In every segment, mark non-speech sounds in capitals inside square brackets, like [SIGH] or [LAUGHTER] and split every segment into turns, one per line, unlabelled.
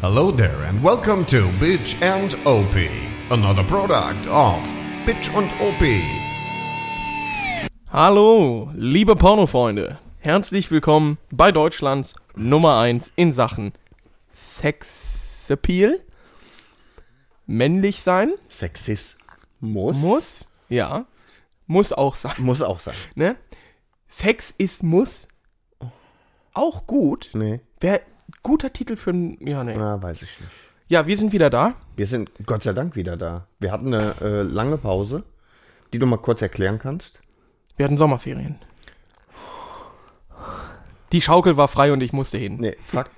Hello there and welcome to Bitch and OP, another product of Bitch und OP.
Hallo, liebe Pornofreunde. Herzlich willkommen bei Deutschlands Nummer 1 in Sachen Sexappeal. Männlich sein
Sexismus muss,
muss, ja, muss auch sein,
Muss auch sein.
ne? Sex ist muss auch gut.
Nee,
Wäre guter Titel für ein ja, ne.
na, weiß ich nicht.
Ja, wir sind wieder da.
Wir sind Gott sei Dank wieder da. Wir hatten eine äh, lange Pause, die du mal kurz erklären kannst.
Wir hatten Sommerferien. Die Schaukel war frei und ich musste hin.
Nee, Fakt,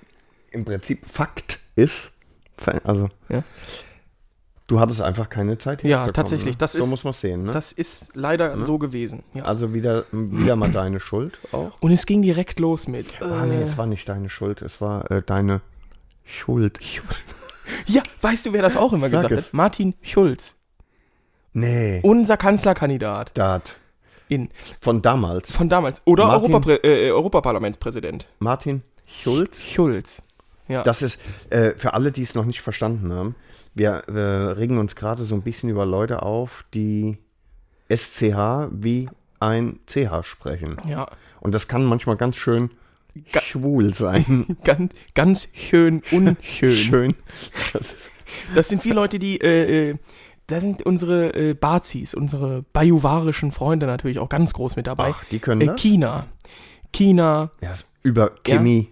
im Prinzip Fakt ist, Fa- also,
Ja.
du hattest einfach keine Zeit
Ja,
herzukommen,
tatsächlich,
Ne?
das
so
ist-
muss man sehen, ne?
Das ist leider so gewesen. Ja.
also wieder, wieder mal deine Schuld auch.
Und es ging direkt los mit.
Ah, nee, es war nicht deine Schuld, es war äh, deine Schuld.
Ja, weißt du, wer das auch immer
Sag
gesagt
es.
hat? Martin Schulz.
Nee,
Unser Kanzlerkandidat
dat.
in,
Von damals.
von damals. Oder
Martin-
Europaprä äh, Europaparlamentspräsident.
Martin Schulz.
Schulz. Ja.
Das ist äh, für alle, die es noch nicht verstanden haben. Wir äh, regen uns gerade so ein bisschen über Leute auf, die SCH wie ein CH sprechen.
ja.
Und das kann manchmal ganz schön schwul sein.
Ganz, ganz [LAUGHS] schön
[LAUGHS]
unschön.
schön. Das ist,
Das sind wie Leute, die, äh, äh, da sind unsere äh, Bazis, unsere bajuwarischen Freunde natürlich auch ganz groß mit dabei.
ach, die können
äh,
das?
China. China, äh,
Ja, ist über Chemie.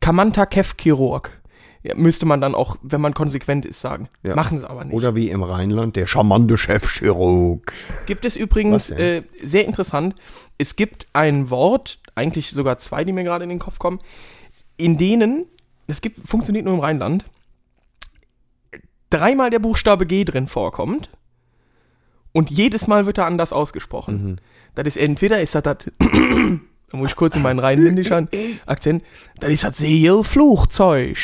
Kamanta Kevchirurg. Ja, müsste man dann auch, wenn man konsequent ist, sagen.
Ja.
Machen sie aber nicht.
Oder wie im Rheinland, der charmante Chefchirurg.
Gibt es übrigens,
Was
äh,
denn?
sehr interessant, es gibt ein Wort, eigentlich sogar zwei, die mir gerade in den Kopf kommen, in denen, das gibt, funktioniert nur im Rheinland, dreimal der Buchstabe G drin vorkommt und jedes Mal wird er anders ausgesprochen. Das ist entweder, ist das, das [COUGHS] da muss ich kurz in meinen rheinländischen Akzent, das ist das Seelfluchzeug.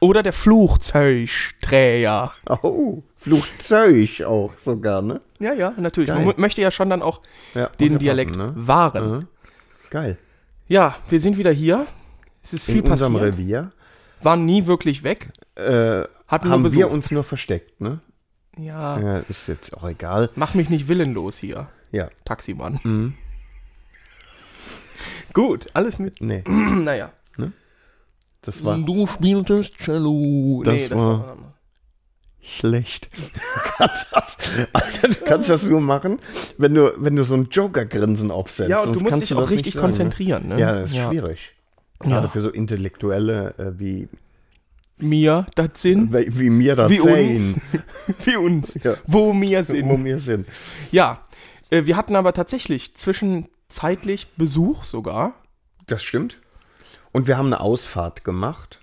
Oder der Fluchzeugträger.
[LAUGHS] Oh, Flugzeug auch sogar, ne?
Ja, ja, natürlich.
Geil.
Man mu- möchte ja schon dann auch
Ja,
den
muss ja
Dialekt
passen, ne?
wahren.
Geil.
Ja, wir sind wieder hier. Es ist viel
In unserem
passiert.
Revier
Waren nie wirklich weg.
äh,
Hatten nur
haben
Besuch. Ah.
wir uns nur versteckt, ne?
ja,
Ja, ist jetzt auch egal.
mach mich nicht willenlos hier,
Ja,
Taximann.
Mhm.
[LAUGHS] Gut, alles mit. [CLEARS THROAT]
nee,
naja. [LAUGHS]
das war
Du spieltest Cello. Uh,
Das
nee, das
war-
war.
schlecht. [LAUGHS] kannst das, Alter, du kannst das nur machen, wenn du, wenn du so ein Joker-Grinsen aufsetzt.
ja, und du
sonst
musst
kannst
dich auch
das nicht
richtig
sagen,
konzentrieren. Ne?
Ne? Ja, das ist schwierig. Gerade
Ja.
für so Intellektuelle äh, wie,
Mir, das sind.
wie, wie mir da
Wie uns.
zehn,
Wie uns.
[LAUGHS] Ja.
Wo mir
wo
sind.
wir sind.
Ja, äh, wir hatten aber tatsächlich zwischenzeitlich Besuch sogar.
Das stimmt. Und wir haben eine Ausfahrt gemacht.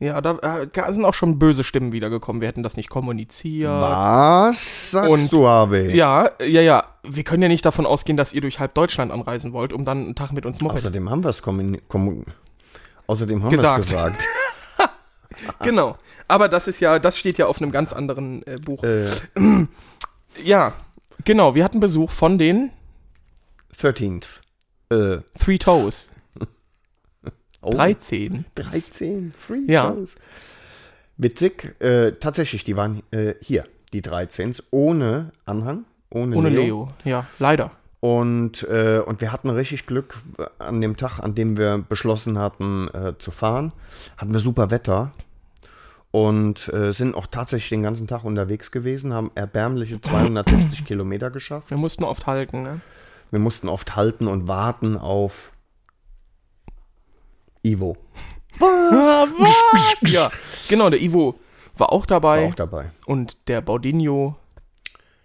Ja, da äh, ga- sind auch schon böse Stimmen wiedergekommen. Wir hätten das nicht kommuniziert.
Was sagst
Und-
du, Harvey?
Ja, ja, ja. Wir können ja nicht davon ausgehen, dass ihr durch halb Deutschland anreisen wollt, um dann einen Tag mit uns Moped.
Außerdem haben wir es kommun- kommun- Außerdem haben
Gesagt.
wir es gesagt.
genau. Aber das ist ja, das steht ja auf einem ganz anderen äh, Buch.
äh,
Ja, genau. Wir hatten Besuch von den
13th. Äh,
Three Toes.
oh.
13.
13 Free
Ja.
Throws. Witzig, äh, tatsächlich, die waren äh, hier, die 13s, ohne Anhang, ohne,
Ohne
Leo.
Leo. Ja, leider.
Und, äh, und wir hatten richtig Glück äh, an dem Tag, an dem wir beschlossen hatten äh, zu fahren, hatten wir super Wetter und äh, sind auch tatsächlich den ganzen Tag unterwegs gewesen, haben erbärmliche [CLEARS THROAT] 260 Kilometer geschafft.
Wir mussten oft halten, ne?
Wir mussten oft halten und warten auf Ivo. Ah,
Was? [LAUGHS] ja, genau. Der Ivo war auch dabei.
War auch dabei.
Und der Baudinho,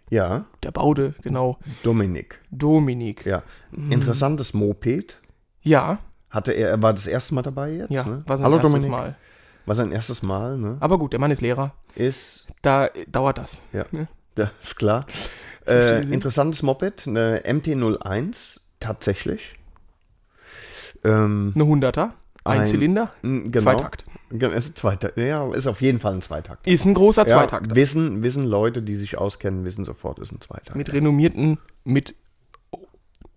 Ja,
der Baude, genau.
Dominik.
Dominik.
Ja,
Mhm.
interessantes Moped.
Ja,
Hatte er, er war das erste Mal dabei jetzt?
ja.
ne?
War sein
Hallo
erstes
Dominik.
Mal.
War sein erstes Mal, ne?
Aber gut, der Mann ist Lehrer.
Ist,
Da äh, dauert das.
ja,
Ne?
das ist klar. Äh, interessantes Moped, eine MT-01, tatsächlich. Ähm,
Eine 100er, ein,
Ein-
Zylinder,
n- genau.
Zweitakt.
Genau, Es ist Zweitakt. Ja, ist auf jeden Fall ein Zweitakt.
ist ein großer
Ja,
Zweitakt.
wissen, wissen Leute, die sich auskennen, wissen sofort, ist ein Zweitakt.
mit renommierten, mit. Oh,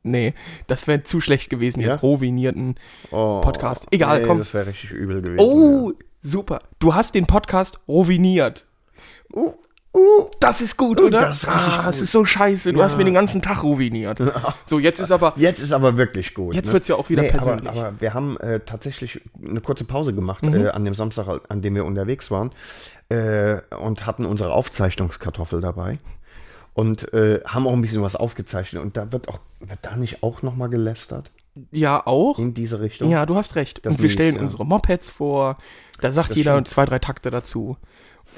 nee, das wäre zu schlecht gewesen,
Ja?
jetzt rovinierten
Oh,
Podcast. Egal,
nee,
komm.
Das wäre richtig übel gewesen.
Oh, Super. Du hast den Podcast ruiniert.
Uh, uh.
Das ist gut, oder?
das ist richtig
ah, Das ist so scheiße. Du hast mir den ganzen Tag
[LAUGHS]
ruiniert. So, jetzt ist aber.
Jetzt ist aber wirklich gut. ne?
Jetzt wird's ja auch wieder
aber-
persönlich. Mhm.
Aber, wir haben äh, tatsächlich eine kurze Pause gemacht äh, an dem Samstag, an dem wir unterwegs waren äh, und hatten unsere Aufzeichnungskartoffel dabei und äh, haben auch ein bisschen was aufgezeichnet. Und da wird auch, wird da nicht auch nochmal gelästert
Ja, auch.
in diese Richtung?
Ja, du hast recht.
Das
Und wir
mies,
stellen
ja.
unsere Mopeds vor. Da sagt jeder
stimmt.
zwei, drei Takte dazu.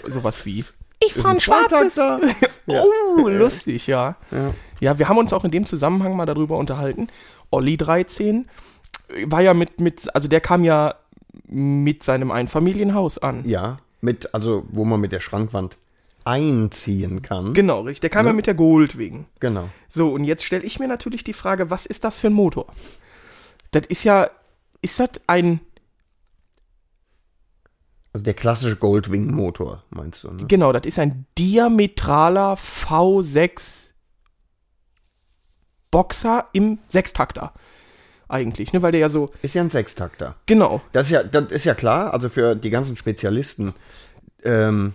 Sowas wie. Ich
Ist ein Zweitakter.
[LAUGHS] oh, lustig, ja. ja. wir haben uns auch in dem Zusammenhang mal darüber unterhalten. Olli 13 war ja mit, mit, also der kam ja mit seinem Einfamilienhaus an.
Ja, mit, also wo man mit der Schrankwand einziehen kann.
Genau, richtig. Der kam ja, mit der Gold wegen.
genau.
So, und jetzt stelle ich mir natürlich die Frage, was ist das für ein Motor? Das ist ja, ist das ein,
Also der klassische Goldwing-Motor, meinst du? Ne?
genau, das ist ein diametraler V6 Boxer im Sechstakter. Eigentlich, ne, weil der ja so,
Ist ja ein Sechstakter.
genau.
Das ist ja, das ist ja klar, also für die ganzen Spezialisten. Ähm,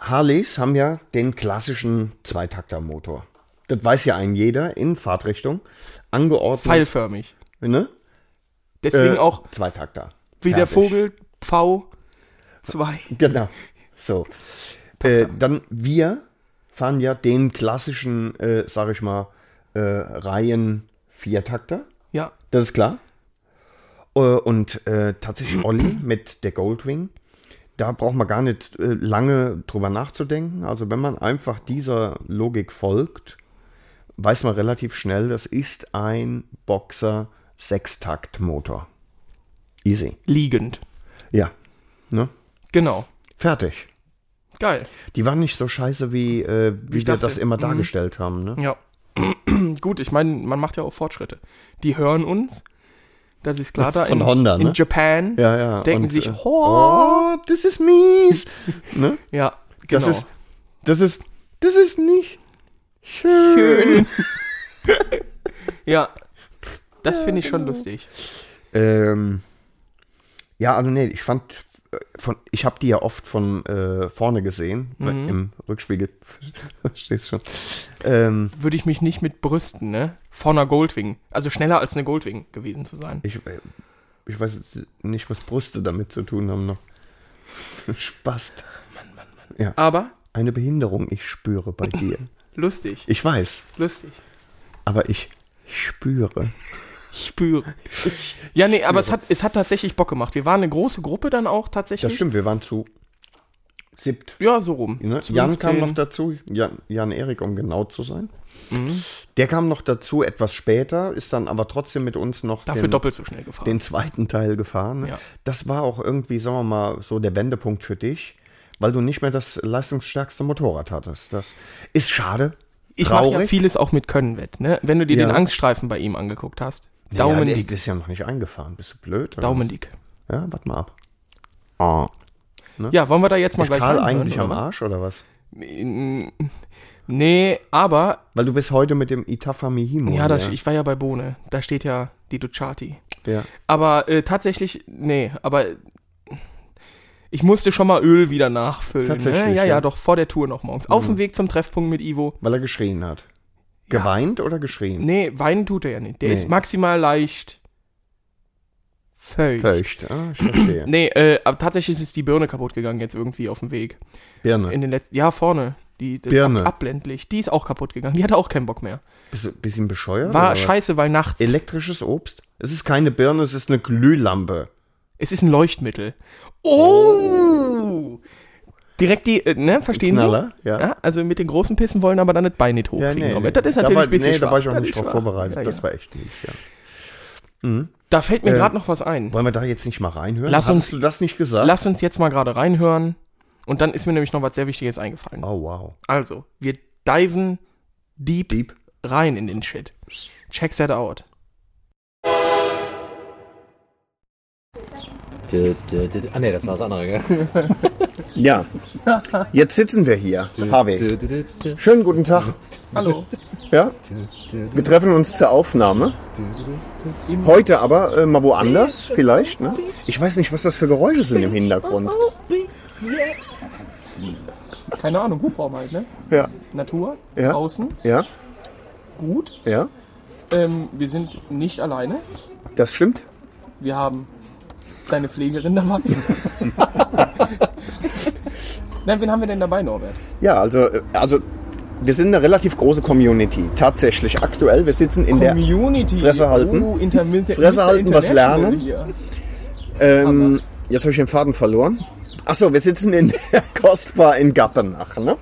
Harleys haben ja den klassischen Zweitaktermotor. Das weiß ja ein jeder in Fahrtrichtung. Angeordnet.
pfeilförmig.
Ne?
Deswegen
Äh,
auch
Zweitakter.
wie der
Fertig.
Vogel V2.
[LAUGHS] Genau. So. Äh, dann wir fahren ja den klassischen, äh, sag ich mal, äh, Reihen Viertakter.
Ja,
Das ist klar. Äh, Und äh, tatsächlich Olli mit der Goldwing, da braucht man gar nicht äh, lange drüber nachzudenken. Also wenn man einfach dieser Logik folgt, weiß man relativ schnell, das ist ein Boxer Sechstaktmotor. Easy.
liegend.
Ja. Ne?
Genau.
Fertig.
Geil.
Die waren nicht so scheiße, wie, äh, wie wir
dachte, mhm.
das immer dargestellt haben. Ne?
Ja. [CLEARS THROAT] Gut, ich meine, man macht ja auch Fortschritte. Die hören uns. Das ist klar da
Von
in,
Honda,
in
ne?
Japan.
Ja, ja.
Denken
und,
sich,
äh,
ho,
oh, das ist mies. [LAUGHS] ne?
ja, genau.
Das ist, das ist, das ist nicht
schön.
schön.
ja. Das finde ich schon lustig.
Ähm, ja, also nee, ich fand, äh, von, ich habe die ja oft von äh, vorne gesehen, bei- im Rückspiegel. [LAUGHS] Verstehst schon. Ähm,
Würde ich mich nicht mit brüsten, ne? Vor einer Goldwing. Also schneller als eine Goldwing gewesen zu sein.
ich, äh, ich weiß jetzt nicht, was Brüste damit zu tun haben noch. [LAUGHS] Spaß.
Aber
Eine Behinderung ich spüre bei dir.
lustig,
Ich weiß,
lustig.
aber ich spüre.
Ich
[LAUGHS]
spüre. Ja, nee, aber es hat, es hat tatsächlich Bock gemacht. Wir waren eine große Gruppe dann auch tatsächlich.
Das stimmt, wir waren zu siebt.
Ja, so rum.
Ne?
Zu
Jan kam
15.
noch dazu, Jan, Jan Erik, um genau zu sein.
Mhm.
Der kam noch dazu etwas später, ist dann aber trotzdem mit uns noch
Dafür
den,
doppelt so schnell gefahren.
den zweiten Teil gefahren. ne?
Ja.
Das war auch irgendwie, sagen wir mal, so der Wendepunkt für dich, weil du nicht mehr das leistungsstärkste Motorrad hattest. Das ist schade.
ich mache ja vieles auch mit Können wett, ne? Wenn du dir
Ja.
den Angststreifen bei ihm angeguckt hast.
Daumen
Daumen
ja,
dick,
dick. ist ja noch nicht eingefahren. Bist du blöd? oder
Daumen
was?
dick.
Ja, warte mal ab. Ah.
Ja, wollen wir da jetzt mal
Ist
gleich
Karl
reinhören,
eigentlich
oder
am
was?
Arsch oder was?
Nee, aber
Weil du bist heute mit dem Itafa Mihimo.
Ja, da,
ne?
ich war ja bei Bohne. Da steht ja die Ducati.
ja.
Aber äh, tatsächlich, nee, aber ich musste schon mal Öl wieder nachfüllen.
Tatsächlich,
Ne? Ja,
ja. Mhm.
ja, doch, vor der Tour noch morgens. Auf dem Weg zum Treffpunkt mit Ivo.
Weil er geschrien hat. Geweint oder geschrien?
Nee, weinen tut er ja nicht. Der
Mhm. Nee.
ist maximal leicht. Völlig.
Feucht. Ah, ich verstehe.
Nee, äh, aber tatsächlich ist die Birne kaputt gegangen jetzt irgendwie auf dem Weg.
Birne.
In den letzten, ja, vorne. Die, die
Birne.
Ab, abblendlich. Die ist auch kaputt gegangen. Die hatte auch keinen Bock mehr.
Bist du bisschen bescheuert? oder
War
was?
scheiße, weil nachts.
Elektrisches Obst? Es ist keine Birne, es ist eine Glühlampe.
Es ist ein Leuchtmittel. Oh! Direkt die, äh, ne, verstehen
Knaller,
Sie?
ja.
also mit den großen Pissen wollen aber dann das Bein nicht hochkriegen. damit. Das ist natürlich
da war,
ein bisschen
Nee, da war ich auch
schwach. Das ist
nicht
schwach.
drauf vorbereitet.
Ja, ja.
Das war Äh, echt mies, ja.
da fällt mir gerade noch was ein.
Wollen wir da jetzt nicht mal reinhören?
Lass uns-
Hast du das nicht gesagt?
Lass uns jetzt mal gerade reinhören. Und dann ist mir nämlich noch was sehr Wichtiges eingefallen.
oh, wow.
Also, wir diven deep,
Deep.
rein in den Shit. Check that out.
Dü- dü- dü- Ah ne, das war das andere, gell?
Ja. Jetzt sitzen wir hier. Harvey.
Dü- dü- dü- dü.
Schönen guten Tag.
Hallo.
Ja. Wir treffen uns zur Aufnahme. Heute aber äh, mal woanders vielleicht. Ne? Ich weiß nicht, was das für Geräusche sind im Hintergrund.
Keine Ahnung, Hubraum halt, ne?
Ja,
Natur,
Ja.
außen,
ja,
gut.
ja.
Ähm, wir sind nicht alleine.
Das stimmt.
Wir haben deine Pflegerin [LAUGHS]
[LAUGHS]
dabei. Nein, wen haben wir denn dabei, Norbert?
Ja, also, äh, also wir sind eine relativ große Community. Tatsächlich aktuell. Wir sitzen in der
Community.
Fresse halten.
Oh, Intermil-
Fresse halten, was
International
lernen.
hier.
Ähm, jetzt habe ich den Faden verloren. Achso, wir sitzen in der [LAUGHS] Kostbar in Gappenach. Ne?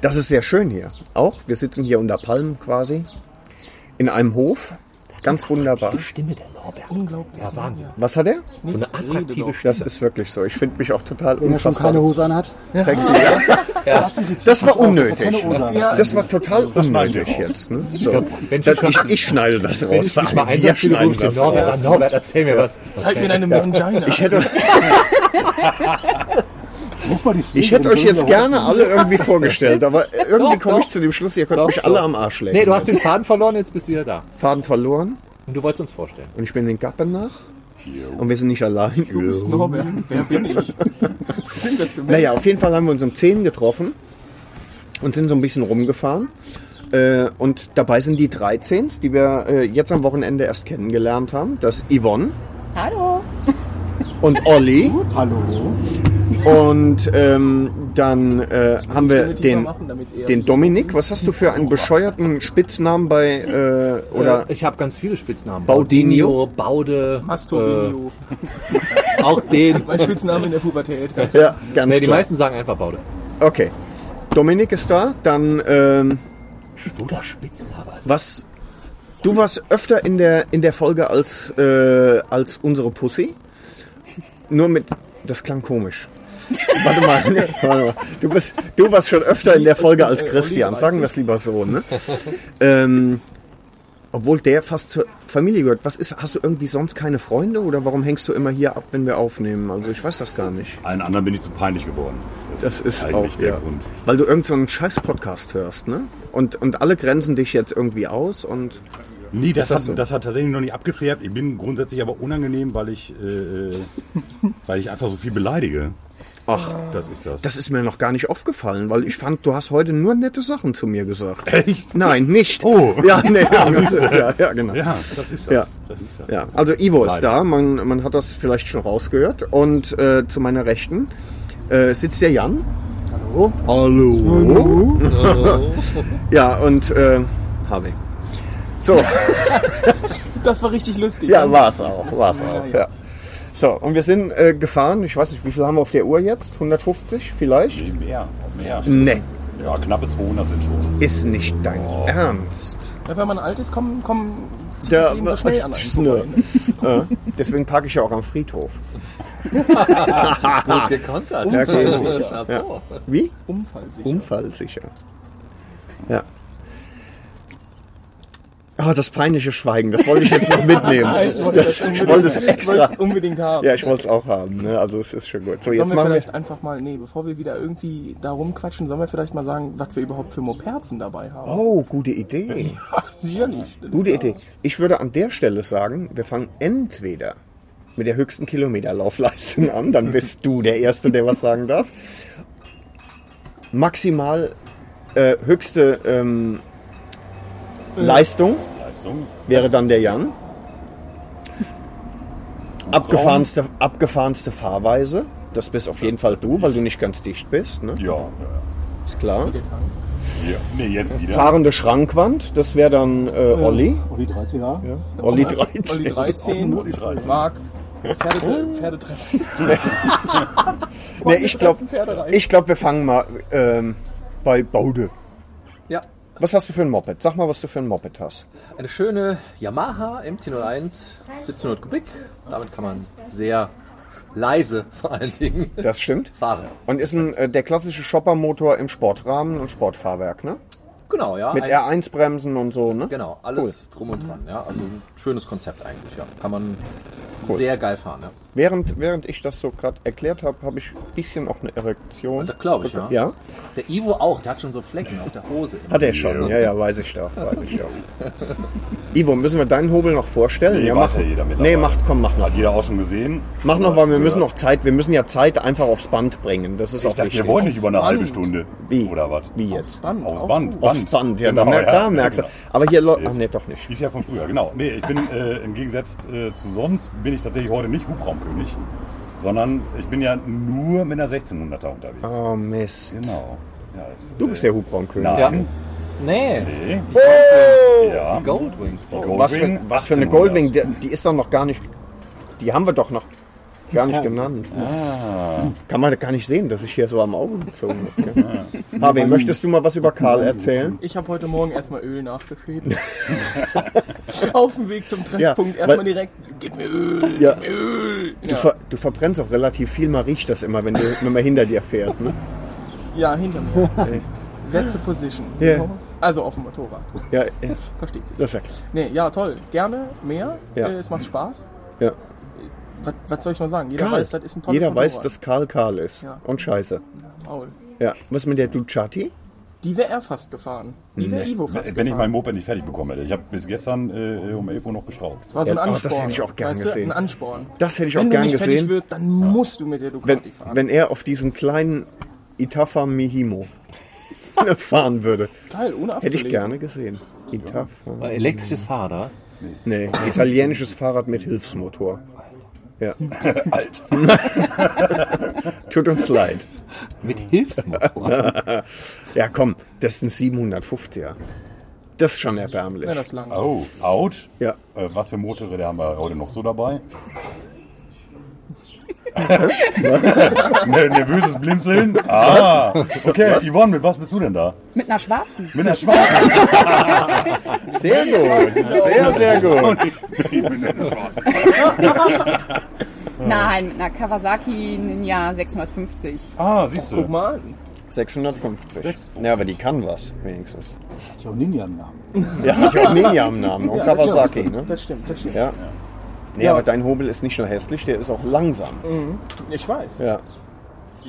Das ist sehr schön hier. Auch. Wir sitzen hier unter Palmen quasi. In einem Hof. Ganz wunderbar.
Die Stimme der Norbert.
Unglaublich.
Ja, Wahnsinn.
Was hat er?
So eine
Nichts rede
attraktive
doch.
Stimme.
Das ist wirklich so. Ich finde mich auch total
Wenn er schon keine
unfassbar
Hose anhat.
sexy. Ja? Das war unnötig.
Ja,
Das war total unnötig jetzt. Ne? So.
wenn ich-
Das, ich, ich schneide das raus.
Wenn ich mich
Wir
mal einsetze, rufe
schneiden
ich den
das
Norbert
raus.
an. Norbert, erzähl mir was.
zeig mir deine Mangina.
Ich hätte, ich hätte euch jetzt gerne alle irgendwie vorgestellt, aber irgendwie
[LAUGHS] Doch,
komme ich
doch.
zu dem Schluss, ihr könnt
Doch,
mich alle
doch.
am Arsch legen.
Nee, du hast den Faden verloren, jetzt bist du wieder da.
Faden verloren
Und du wolltest uns vorstellen.
und ich bin in Gappen nach und wir sind nicht allein.
Du bist Norbert. Wer bin ich? Was sind das für Menschen?
Naja, auf jeden Fall haben wir uns um 10 getroffen und sind so ein bisschen rumgefahren. Äh, Und dabei sind die 13s, die wir äh, jetzt am Wochenende erst kennengelernt haben. Das ist Yvonne
Hallo.
[LAUGHS] und Olli.
Hallo.
Und ähm, dann äh, haben wir
Damit die
den,
mal machen, damit's eher-
den Dominik. Was hast du für einen bescheuerten Spitznamen bei äh, oder
Äh, ich habe ganz viele Spitznamen.
Baudinho?
Baude,
Masturbinio.
äh, auch [LAUGHS] den.
Mein Spitzname in der Pubertät. Ganz
ja, ganz
Nee, die
klar.
meisten sagen einfach Baude.
Okay. Dominik ist da. Dann ähm,
Oder Spitznamen.
was? Du warst öfter in der in der Folge als äh, als unsere Pussy. Nur mit das klang komisch. Warte mal, nee, warte mal. Du, bist, du warst schon öfter in der Folge als Christian. Sagen wir es lieber so, ne? Ähm, obwohl der fast zur Familie gehört. Was ist, hast du irgendwie sonst keine Freunde oder warum hängst du immer hier ab, wenn wir aufnehmen? Also ich weiß das gar nicht.
Allen anderen bin ich zu peinlich geworden.
Das ist
eigentlich
auch
der
ja.
Grund.
Weil du irgendeinen so einen scheiß Podcast hörst, ne? Und, und alle grenzen dich jetzt irgendwie aus und
Nee, das,
Ist das
hat,
so?
das hat tatsächlich noch nicht abgefärbt. Ich bin grundsätzlich aber unangenehm, weil ich, äh, weil ich einfach so viel beleidige.
ach,
Das ist das.
das ist mir noch gar nicht aufgefallen, weil ich fand, du hast heute nur nette Sachen zu mir gesagt.
Echt?
Nein, nicht.
Oh.
Ja, nee, das ist, ja, ja, genau.
Ja, das ist das.
Ja.
das, ist das.
Ja, also Ivo ist
Leider.
da, man, man hat das vielleicht schon rausgehört. Und äh, zu meiner Rechten äh, sitzt der Jan. Hallo. Hallo. ja, und äh, Harvey. So,
Das war richtig lustig. ne?
ja, war's auch, war's auch, ja. So, und wir sind äh, gefahren, ich weiß nicht, wie viel haben wir auf der Uhr jetzt? 150 vielleicht?
Nee, Mehr, mehr.
Nee,
Ja, knappe 200 sind schon.
ist nicht dein Ernst.
Ja, wenn man alt ist, kommen, kommen zieht das
Da-
Leben so schnell an einen vorbei, ne?
Ja, [LAUGHS] deswegen parke ich ja auch am Friedhof.
Gut gekontert.
Ja,
[LAUGHS]
gut.
Chapeau.
Wie?
Unfallsicher.
Unfallsicher. Ja. Ah, das peinliche Schweigen, das wollte ich
[LAUGHS]
jetzt noch mitnehmen.
Ich wollte das,
ich wollte es
unbedingt- ich wollte
extra.
es unbedingt haben.
Ja, ich wollte es auch haben, ne? also es ist schon gut. So,
sollen
jetzt
wir
machen wir.
vielleicht einfach mal, nee, bevor wir wieder irgendwie da rumquatschen, sollen wir vielleicht mal sagen, was wir überhaupt für Moperzen dabei haben?
Oh, gute Idee.
Sicherlich.
Gute Idee. Ich würde an der Stelle sagen, wir fangen entweder mit der höchsten Kilometerlaufleistung an, dann bist du der Erste, der was sagen darf. Maximal äh, höchste ähm, Leistung
Leistung.
wäre dann der Jan. Abgefahrenste, abgefahrenste Fahrweise, das bist auf jeden Fall du, weil du nicht ganz dicht bist, ne?
Ja, ja.
ist klar.
ja. Nee, jetzt wieder.
Fahrende Schrankwand, das wäre dann äh, Olli.
Olli 13 Jahre.
Olli 13.
Olli 13,
13.
Marc, Pferde, Pferdetreffen.
Oh. Nee, ich glaube,
treffen Pferdereich.
ich glaub, wir fangen mal ähm, bei Baude.
Ja,
Was hast du für ein Moped? Sag mal, was du für ein Moped hast.
eine schöne Yamaha MT-01 1700 Kubik. Damit kann man sehr leise vor allen Dingen
Das stimmt.
fahren.
Und ist ein, äh, der klassische Shoppermotor im Sportrahmen und Sportfahrwerk, ne?
Genau, ja.
Mit
ein-
R1-Bremsen und so, ne?
Genau, alles drum und dran. Ja, also ein schönes Konzept eigentlich. Ja. Kann man sehr geil fahren. Ja.
Während, während ich das so gerade erklärt habe, habe ich ein bisschen auch eine Erektion.
Das glaube ich, ja.
Ja,
Der Ivo auch, der hat schon so Flecken auf der Hose.
hat er schon. Ja, ja, weiß ich doch, weiß ich doch. Ivo, müssen wir deinen Hobel noch vorstellen?
Nee,
ja,
weiß
mach.
ja jeder mittlerweile.
nee, macht, komm, mach noch.
Hat jeder auch schon gesehen.
Mach noch,
Oder
weil wir müssen
gehört.
noch Zeit, wir müssen ja Zeit einfach aufs Band bringen. Das ist auch
Ich dachte,
wichtig.
wir wollen nicht über eine
Band.
halbe Stunde.
Wie?
Oder was?
Wie jetzt?
Band,
Aufs
auch
Band.
gut.
Aufs Band, ja, da,
Genau,
merk,
ja,
da
ja,
merkst
genau.
du. Aber hier läuft.
Jetzt.
Ach nee, doch nicht.
Ist ja von früher, genau. Nee, ich bin äh, im Gegensatz äh, zu sonst, bin ich tatsächlich heute nicht Hubraumkönig, sondern ich bin ja nur mit einer 1600er unterwegs.
Oh Mist.
Genau. Ja, das,
Du bist
äh,
der Hubraumkönig.
Nein.
Ja. Nee,
Nee. Ja. Die
Goldwing.
Goldwing,
Oh, Was für, was für eine
1800.
Goldwing, die, die ist doch noch gar nicht. Die haben wir doch noch gar nicht genannt.
Ah.
Kann man gar nicht sehen, dass ich hier so am Auge gezogen habe. Harvey, möchtest du mal was über Karl erzählen?
Ich habe heute Morgen erstmal Öl
[LAUGHS]
nachgeschrieben. Auf dem Weg zum Treffpunkt
weil-
erstmal direkt, gib mir Öl,
Ja.
gib mir Öl.
Du, ver, du verbrennst auch relativ viel, man riecht das immer, wenn, du, wenn man hinter dir fährt. Ne?
Ja, hinter mir. Setze Position.
Ja.
Also auf dem Motorrad.
Ja,
Versteht sich.
das ist ja klar.
Nee, ja, toll. Gerne, mehr.
Ja.
Äh, Es macht Spaß.
Ja.
Was, was soll ich noch sagen? Jeder
Karl,
weiß, das ist ein tolles
jeder weiß,
Motorrad.
dass Karl Karl ist.
Ja.
Und scheiße.
Maul.
Ja. Was mit der Ducati?
Die wäre er fast gefahren. Die wäre Ivo fast
Äh, Wenn
gefahren.
ich mein Moped nicht fertig bekommen hätte. Ich habe bis gestern äh, um 11 Uhr noch
[LAUGHS]
geschraubt.
das war so ein
Ja, aber
Ansporn.
das hätte ich auch gern
weißt
gesehen.
Du, ein Ansporn.
Das hätte ich
Wenn
auch
du
gern
nicht fertig
gesehen.
wird, dann musst du mit der
wenn,
Ducati fahren.
wenn er auf diesen kleinen Itafa Mihimo [LAUGHS] fahren würde.
Geil, ohne
Hätte ich
abzulesen.
gerne gesehen. Itafa.
Elektrisches Fahrrad.
Nee, italienisches Fahrrad mit Hilfsmotor. Ja.
Alter.
Tut uns leid.
Mit [LAUGHS] Hilfsmotor.
Ja, komm, das sind 750er. Das ist schon erbärmlich.
Wäre das lang.
Oh, ouch.
Ja.
Äh, was für Motorräder haben wir heute noch
[LAUGHS]
so dabei? [LAUGHS] ne, nervöses Blinzeln. Ah, okay. Yvonne, mit was bist du denn da?
Mit einer schwarzen.
Mit einer schwarzen.
[LAUGHS]
Sehr gut. Sehr, sehr gut.
Nein, mit einer Kawasaki Ninja 650.
Ah, siehst
Guck
du.
mal an.
650. Ja, aber die kann was, wenigstens.
Hat ja auch Ninja-Namen.
Ja, hat ja auch Ninja am Namen. Und
das ist ja
Kawasaki, ne?
Das stimmt, das stimmt.
Ja. Nee, aber dein Hobel ist nicht nur hässlich, der ist auch langsam.
Ich weiß.
Ja.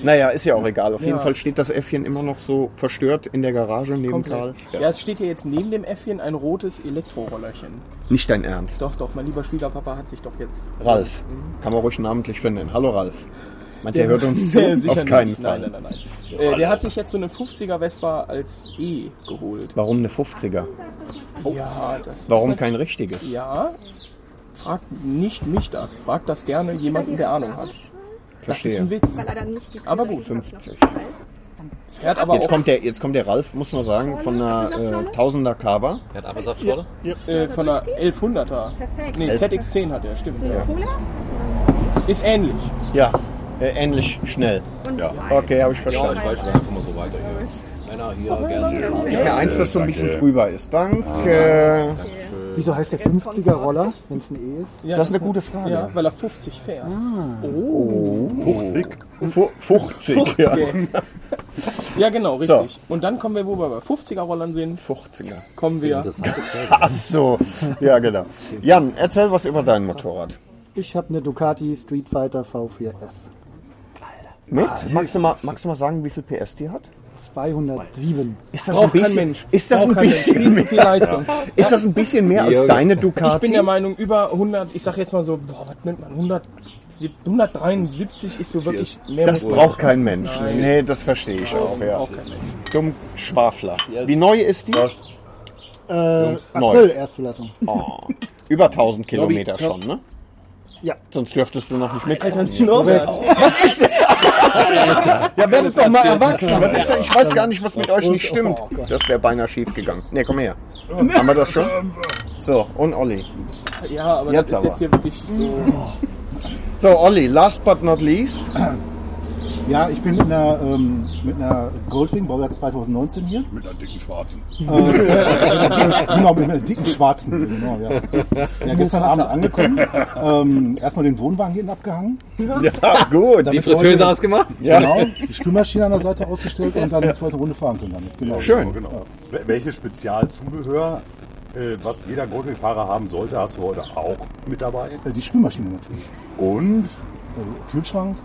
Naja, ist ja auch egal. Auf jeden
Ja.
Fall steht das Äffchen immer noch so verstört in der Garage neben Karl.
Komplett. Ja. es steht hier jetzt neben dem Äffchen ein rotes Elektrorollerchen.
Nicht dein Ernst.
Doch, doch, mein lieber Schwiegerpapa hat sich doch jetzt.
Ralf. Kann man ruhig namentlich benennen. Hallo Ralf. Meinst du, er hört
[LAUGHS]
uns
Sehr
zu?
sicher
[LAUGHS] Auf keinen
nicht.
Fall.
Nein, nein, nein, nein. Äh, der hat sich jetzt so eine 50er Vespa als E geholt.
Warum eine 50er? Oh.
Ja, das
Warum
ist eine-
kein richtiges?
Ja, fragt nicht mich das. Fragt das gerne jemanden, der Ahnung hat. Das ist ein
Verstehe.
Witz.
Weil er dann nicht gekühlt
Aber gut.
50.
Fährt aber
Jetzt
auch
kommt, der, jetzt kommt der Ralf, muss man sagen, von einer äh, 1000er Kava.
Der hat aber Saftschorle.
äh, von einer 1100er.
Perfekt.
Nee, ZX10 hat er, stimmt. Ja.
Cola
Ist ähnlich.
Ja, äh, ähnlich schnell.
und
Ja.
Wein.
Okay, habe ich
Ja,
verstanden.
ich weiß schon einfach mal so weiter hier. Männer hier, Gerste.
Ja, eins, das so ein bisschen
Danke.
trüber ist. Danke.
Wieso heißt der 50er-Roller, wenn es ein E ist?
Ja,
Das ist eine gute Frage.
Ja, weil er 50 fährt.
Mhm.
50.
Ah.
Fu- 50, ja.
Ja, genau,
So.
richtig. Und dann kommen wir, wo wir bei 50er-Rollern sind,
50er.
kommen wir.
Ach so, ja genau. Jan, erzähl was über dein Motorrad.
Ich habe eine Ducati Street Fighter V4S.
Mit?
Ah.
Magst du, mal, magst du mal sagen, wie viel PS die hat?
207.
Ist das
Braucht
ein
kein
bisschen,
Mensch.
Ist das
Braucht
ein
kein Mensch.
bisschen
Viel zu viel
mehr,
Leistung.
ist das ein bisschen mehr als deine Ducati?
Ich bin der Meinung, über 100, ich sag jetzt mal so, boah, was nennt man, 100, 173 ist so wirklich mehr
das
Motor.
braucht kein Mensch. Nee, das verstehe ich auch. Ja.
Braucht kein Mensch.
Dumm Schwafler. Wie neu ist die?
Äh,
neu.
April Erstzulassung.
Über 1000 Kilometer schon, ne?
Ja.
Sonst dürftest du noch nicht mit.
Norbert,
Was ist denn? ja, werdet doch mal erwachsen. Was ist denn? Ich weiß gar nicht, was mit euch nicht stimmt. Oh Das wäre beinahe schief gegangen. Ne, komm her. Haben wir das schon? So, und Olli.
Ja, aber
Jetzt
das ist
aber.
jetzt hier wirklich so.
So, Olli, last but not least.
Ja, ich bin mit einer, ähm, mit einer Goldwing, Baujahr 2019 [LAUGHS] hier.
Mit einer dicken schwarzen.
genau, mit einer dicken schwarzen. Genau, ja. ja, gestern Abend angekommen. Ähm, erstmal den Wohnwagen hinten abgehangen.
Ja, gut.
Die
Fritteuse ausgemacht?
Ja.
Genau, die Spülmaschine an der Seite ausgestellt und dann die zweite Runde fahren können damit. Genau.
Schön.
Genau. Wel- Welches Spezialzubehör, äh, was jeder Goldwing-Fahrer haben sollte, hast du heute auch mit dabei?
Äh, Die Spülmaschine natürlich.
Und
äh, Kühlschrank.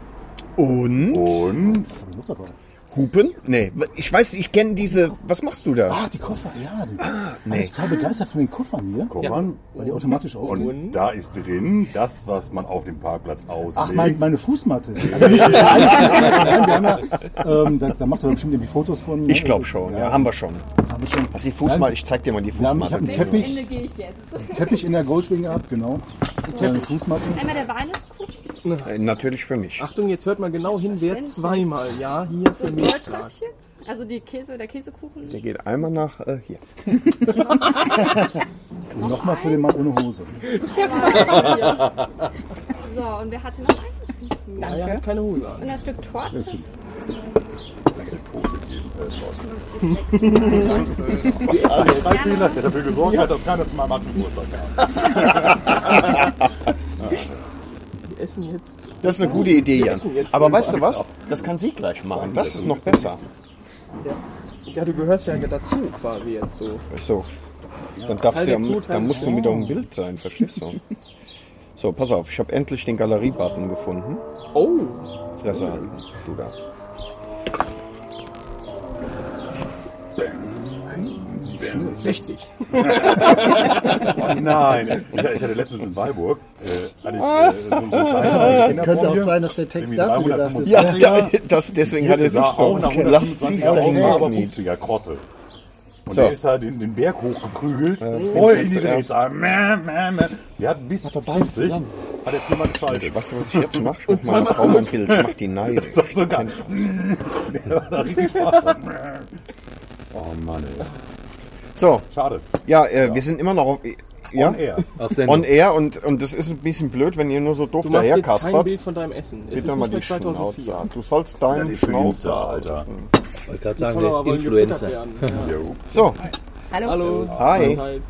Und?
Und
Was habe ich noch dabei?
Hupen? Nee, ich weiß, ich kenne diese. Was machst du da?
Ah, die Koffer, ja. Die,
Ah,
nee. Ich bin total begeistert von den Koffern hier.
Koffern.
Weil
Oh,
die automatisch aufgehen.
Und da ist drin das, was man auf dem Parkplatz auslegt.
Ach, mein, meine Fußmatte. Also nicht meine Fußmatte, nein, wir haben ja, ähm, da, da macht er bestimmt irgendwie Fotos von. ne?
Ich glaube schon, ja, haben wir schon.
Haben wir schon.
Hast du die Fußmatte?
Nein,
Ich zeig dir mal die
wir haben, ich
Fußmatte.
habe einen
Welches
Teppich,
Ende gehe ich jetzt?
Teppich in der Goldwing gehabt, genau. Eine Fußmatte.
Einmal der Wein ist gut.
Äh, Natürlich für mich.
Achtung, jetzt hört mal genau hin, wer zweimal Ja hier für mich sagt.
Goldköpfchen. Also die Käse, der Käsekuchen.
Der geht einmal nach äh, hier.
[LAUGHS] Nochmal für den Mann ohne Hose.
[LAUGHS] So, und wer hatte noch einen?
Ja, er hat keine Hose an.
Und ein Stück Torte.
Also, Fehler, der dafür gesorgt hat, dass keiner zu meinem achten Geburtstag kam.
Wir essen jetzt.
Das ist eine gute Idee, Jan.
essen jetzt
Aber
selber.
weißt du was? Das kann sie gleich machen. Das ist noch besser.
Ja, du gehörst ja dazu quasi jetzt so.
So. Dann, darfst du
Teil der
ja,
Crew, Teil
dann
des
musst du
Crew.
wieder im Bild sein, verstehst du? So, pass auf, ich habe endlich den Galerie-Button gefunden.
Oh,
Fresse halten, du da.
schön. 60.
Nein, ich, ich hatte letztens in Weilburg, äh, hatte ich äh, so einen Schein.
Könnte auch sein, dass der Text dafür gedacht ist.
Ja, da, [LAUGHS] das, deswegen hat er
sah
sich so.
auch nach
[LAUGHS] Lass sie doch
125 Jahren aus, aber
Magnet.
50er Krosse. Und
So.
der ist halt den, den Berg hochgeprügelt, voll in die
zuerst.
Drehzahl. Mäh, mäh, mäh. Der hat bis 50, hat er viermal [LAUGHS] geschaltet.
Weißt du, was ich jetzt mache? Ich mach meine Frau mein Pilz, ich mach
[LAUGHS]
die neidisch.
Das ist so geil. Der hat da richtig Spaß. dran. Mäh. Oh Mann, ey.
So,
Schade.
ja, äh, wir sind immer noch auf, ja?
On air.
Also
Auf
on
Sendung.
air und, und das ist ein bisschen blöd, wenn ihr nur so doof
Du machst
daher
jetzt kein
kaspert.
Bild von deinem Essen. Es
Bitte
ist
mal
nicht
die
mehr
Schnauze.
2004.
an. Du sollst
Das
deinen
ist für Insta,
Schnauze.
Alter.
Ich wollte gerade
Die
sagen,
Follower
der
wollen
ist
gefüttert
Influencer.
werden. Ja.
Jo.
So,
Hallo?
Hallo.
Hi.
Mahlzeit.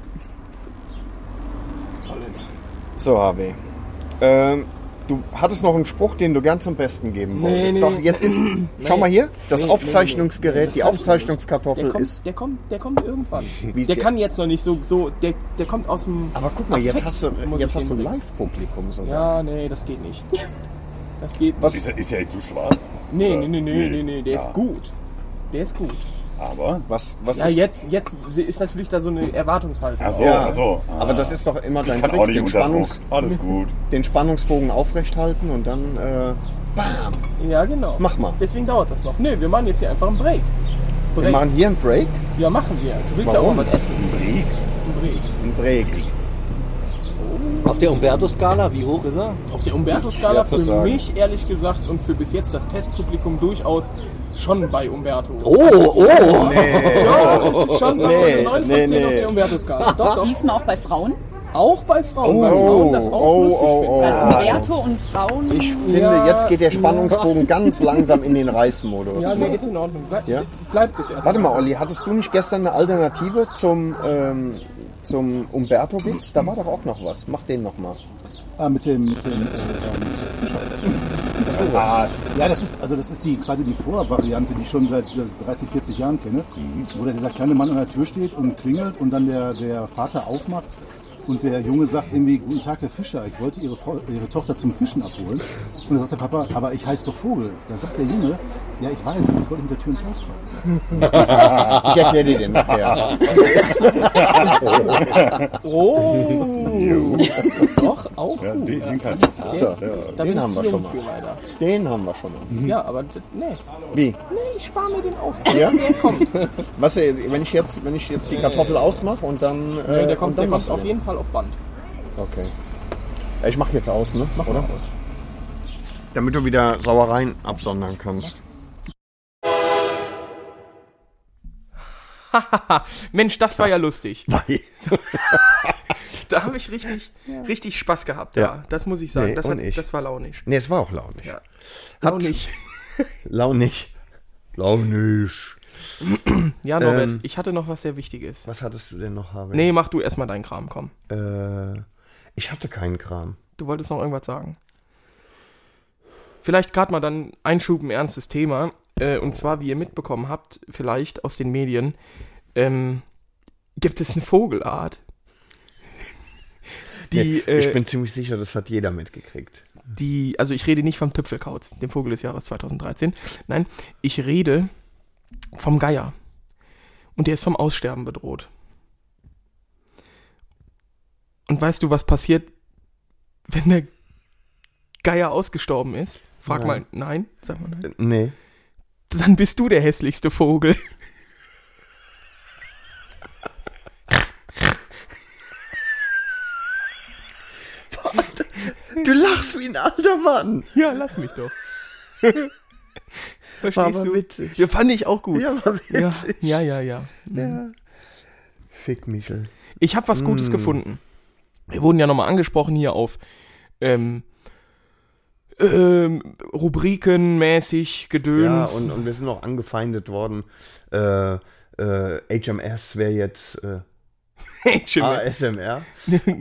so, HW. Ähm, du hattest noch einen Spruch, den du gern zum Besten geben
Nee,
wolltest.
nee.
Doch, jetzt ist, schau mal hier, das Aufzeichnungsgerät, die
Der
Aufzeichnungskartoffel Hm, ist.
kommt, der, kommt, der kommt irgendwann.
[LAUGHS] Wie
der
der-
kann jetzt noch nicht so, so der, der kommt aus dem.
Aber guck mal, jetzt
Affekt
hast du,
muss
jetzt
ich
hast du
den bringen.
Live-Publikum sogar.
Ja, nee, das geht nicht. Das geht nicht.
Was-
Ist, er- ist ja jetzt zu schwarz.
Nee,
Oder?
nee, nee, nee, nee, nee, der
ja.
ist gut. Der ist gut.
Aber.
Was, was
Ja,
ist
jetzt, jetzt ist natürlich da so eine Erwartungshaltung.
Achso,
Ja,
achso.
aber das ist doch immer dein
Kann auch
Trick,
nicht
den,
unter Druck.
Spannungs,
Alles gut.
den Spannungsbogen aufrechthalten und dann, äh, bam,
Ja, genau.
Mach mal.
Deswegen dauert das noch. Nee, wir machen jetzt hier einfach einen Break. Break.
wir machen hier einen Break.
ja, machen wir. Du willst
Warum?
ja auch mal was essen. Ein Break? Ein Break.
Ein Break.
Auf der Umberto-Skala, wie hoch ist er?
Auf der Umberto-Skala
Schwer zu
für
sagen.
mich ehrlich gesagt und für bis jetzt das Testpublikum durchaus schon bei Umberto.
Oh, oh!
Ja, das ist schon so
Nee,
eine 9 von
nee,
10 auf
nee.
der Umberto-Skala. Doch, doch.
Diesmal auch bei Frauen.
Auch bei Frauen. weil
Oh,
Frauen das auch
oh,
lustig
oh,
finden.
oh.
Bei Umberto und Frauen.
Ich finde,
Ja.
jetzt geht
[LAUGHS]
der Spannungsbogen ganz langsam in den Reißmodus.
Ja, nee, ist in Ordnung. Bleib,
Ja?
Bleibt jetzt erstmal.
Warte mal, Olli, hattest du nicht gestern eine Alternative zum, ähm, zum Umberto-Witz? Da war doch auch noch was. Mach den nochmal.
Ah, mit dem, mit dem äh, ähm, Fischer. Ja, das ist, also das ist die, quasi die Vorvariante, die ich schon seit äh, 30, 40 Jahren kenne, wo da dieser kleine Mann an der Tür steht und klingelt und dann der, der Vater aufmacht und der Junge sagt irgendwie, guten Tag, Herr Fischer, ich wollte Ihre, Frau, Ihre Tochter zum Fischen abholen. Und dann sagt der Papa, aber ich heiße doch Vogel. Da sagt der Junge, ja, ich weiß, aber ich wollte mit der Tür ins Haus fahren.
Ich erkläre dir den nachher.
Oh, doch, auch
Ja,
gut.
den, den kann
Der
ich.
ist- [LAUGHS] da
den
bin ich
haben
zu jung
wir schon mal.
für leider.
Den haben wir schon mal.
Ja, aber d- nee,
Wie?
nee, ich spare mir den auf, bis
Ja?
der kommt.
Was, äh, wenn ich jetzt, wenn ich jetzt die Kartoffel ausmache und dann. Äh,
Nee, der
und
kommt,
dann
der kommt
machst du
auf
den.
jeden Fall auf Band.
Okay. Ja, Ich mach jetzt aus, ne? Mach oder? Aus. Damit du wieder Sauereien absondern
[LAUGHS]
kannst.
Mensch, das war ja lustig. Da habe ich richtig, richtig Spaß gehabt. Ja,
Ja.
das muss ich sagen.
Nee,
das,
und
hat,
ich.
das war launisch.
Ne, es war auch launig.
Ja.
Hat-
Launisch.
[LAUGHS] Launig. Launisch.
Ja, Norbert,
Ähm.
ich hatte noch was sehr Wichtiges.
Was hattest du denn noch, Harvey?
Nee, mach du erstmal deinen Kram, komm.
Äh, ich hatte keinen Kram.
Du wolltest noch irgendwas sagen. Vielleicht gerade mal dann Einschub, ein ernstes Thema. Äh, und zwar, wie ihr mitbekommen habt, vielleicht aus den Medien, ähm, gibt es eine Vogelart, die,
ich
äh,
äh, bin ziemlich sicher, das hat jeder mitgekriegt.
die, also ich rede nicht vom Tüpfelkauz, dem Vogel des Jahres 2013. Nein, ich rede vom Geier. Und der ist vom Aussterben bedroht. Und weißt du, was passiert, wenn der Geier ausgestorben ist? Frag
Nein.
mal, nein, sag mal nein.
Nee.
Dann bist du der hässlichste Vogel.
[LAUGHS]
[LAUGHS]
Du lachst wie ein alter Mann.
Ja, lass mich doch. [LAUGHS] Verstehst
War aber
du?
witzig.
Ja, fand ich auch gut.
Ja, war
ja,
witzig.
ja, ja, ja.
Ja. Fick Michel.
Ich habe was
Mm.
Gutes gefunden. Wir wurden ja nochmal angesprochen hier auf ähm, ähm, Rubrikenmäßig
Ja,
Gedöns. [LAUGHS]
und, und wir sind auch angefeindet worden. Äh, äh, HMS wäre jetzt äh, [LAUGHS] ASMR.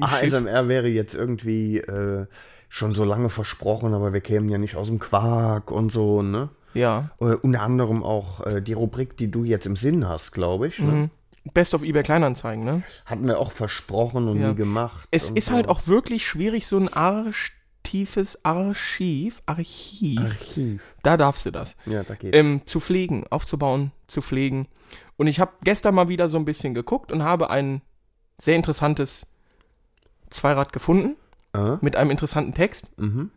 ASMR wäre jetzt irgendwie äh, schon so lange versprochen, aber wir kämen ja nicht aus dem Quark und so, ne?
ja.
Äh, unter anderem auch äh, die Rubrik, die du jetzt im Sinn hast, glaube ich. Ne?
Mhm. Best of eBay Kleinanzeigen, ne?
Hatten wir auch versprochen und
Ja.
nie gemacht.
Es
und
ist
so.
halt auch wirklich schwierig, so ein arschtiefes Archiv, Archiv,
Archiv.
da darfst du das,
Ja, da geht's.
ähm, zu pflegen, aufzubauen, zu pflegen. Und ich habe gestern mal wieder so ein bisschen geguckt und habe ein sehr interessantes Zweirad gefunden
Äh?
mit einem interessanten Text.
Mhm.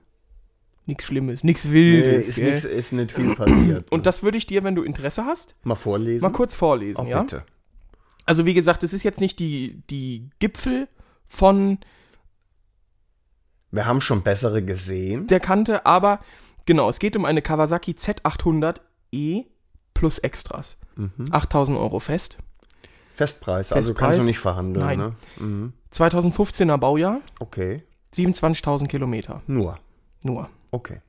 Nichts Schlimmes, nichts
Nee,
Wildes.
ist,
gell?
nix, ist nicht viel passiert.
Und das würde ich dir, wenn du Interesse hast,
mal vorlesen.
mal kurz vorlesen,
Auch
ja?
Oh, bitte.
Also wie gesagt, es ist jetzt nicht die, die Gipfel von
Wir haben schon bessere gesehen.
der Kante, aber genau, es geht um eine Kawasaki Z800E plus Extras.
Mhm.
8000 Euro fest.
Festpreis, also kannst
Festpreis?
du nicht verhandeln.
Nein.
Ne? Mhm.
2015er Baujahr,
Okay.
27.000 Kilometer.
Nur.
Nur.
Okay.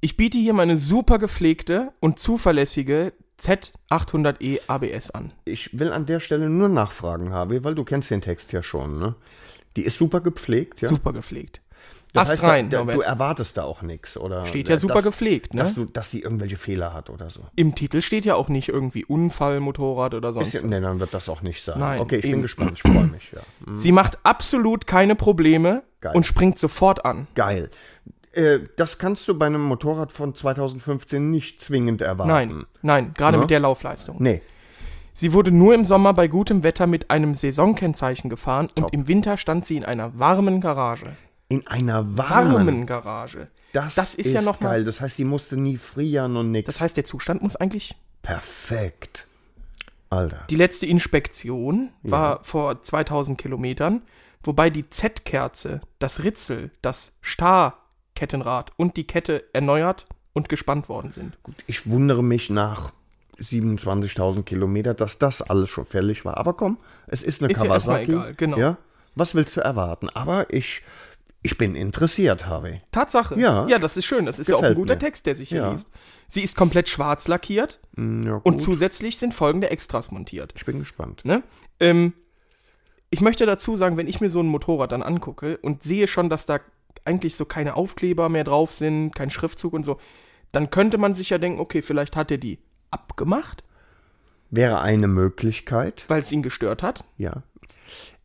Ich biete hier meine super gepflegte und zuverlässige E Z800E ABS an.
Ich will an der Stelle nur Nachfragen haben, weil du kennst den Text ja schon. Ne? Die ist super gepflegt. Ja?
Super gepflegt.
Das
Ast
heißt,
rein,
da, da, du
Norbert.
erwartest da auch nichts. oder?
Steht ja
dass-
super gepflegt, ne?
Dass, du, dass die irgendwelche Fehler hat oder so.
Im Titel steht ja auch nicht irgendwie Unfall, Motorrad oder sonst
Bisschen, nee, dann wird das auch nicht sein.
Nein,
okay, ich
eben.
bin gespannt. Ich freue mich. Ja.
Sie macht absolut keine Probleme
hm. Geil.
und springt sofort an.
Geil. Äh, das kannst du bei einem Motorrad von 2015 nicht zwingend erwarten.
Nein, nein, gerade
Ne?
mit der Laufleistung.
Nee.
Sie wurde nur im Sommer bei gutem Wetter mit einem Saisonkennzeichen gefahren
Top.
und im Winter stand sie in einer warmen Garage.
In einer warmen.
Warmen Garage.
Das,
ist,
ist
ja nochmal.
geil. Das heißt, die musste nie frieren und nichts.
Das heißt, der Zustand muss eigentlich.
Perfekt. Alter.
Die letzte Inspektion war vor 2000 Kilometern, wobei die Z-Kerze, das Ritzel, das Star-Kettenrad und die Kette erneuert und gespannt worden sind.
ich wundere mich nach 27.000 Kilometer, dass das alles schon fällig war. Aber komm, es ist eine
Ist ja erstmal
Kawasaki.
egal, genau.
Ja? Was willst du erwarten? Aber ich, ich bin interessiert, Harvey.
Tatsache.
Ja.
ja, das ist schön. Das ist ja auch ein
Gefällt
guter
mir.
Text, der sich hier
Ja.
liest. Sie ist komplett schwarz lackiert
Hm, Ja,
und
gut.
zusätzlich sind folgende Extras montiert.
ich bin gespannt.
Ne? Ähm, ich möchte dazu sagen, wenn ich mir so ein Motorrad dann angucke und sehe schon, dass da eigentlich so keine Aufkleber mehr drauf sind, kein Schriftzug und so, dann könnte man sich ja denken, okay, vielleicht hat er die abgemacht,
Wäre eine Möglichkeit.
weil es ihn gestört hat.
Ja.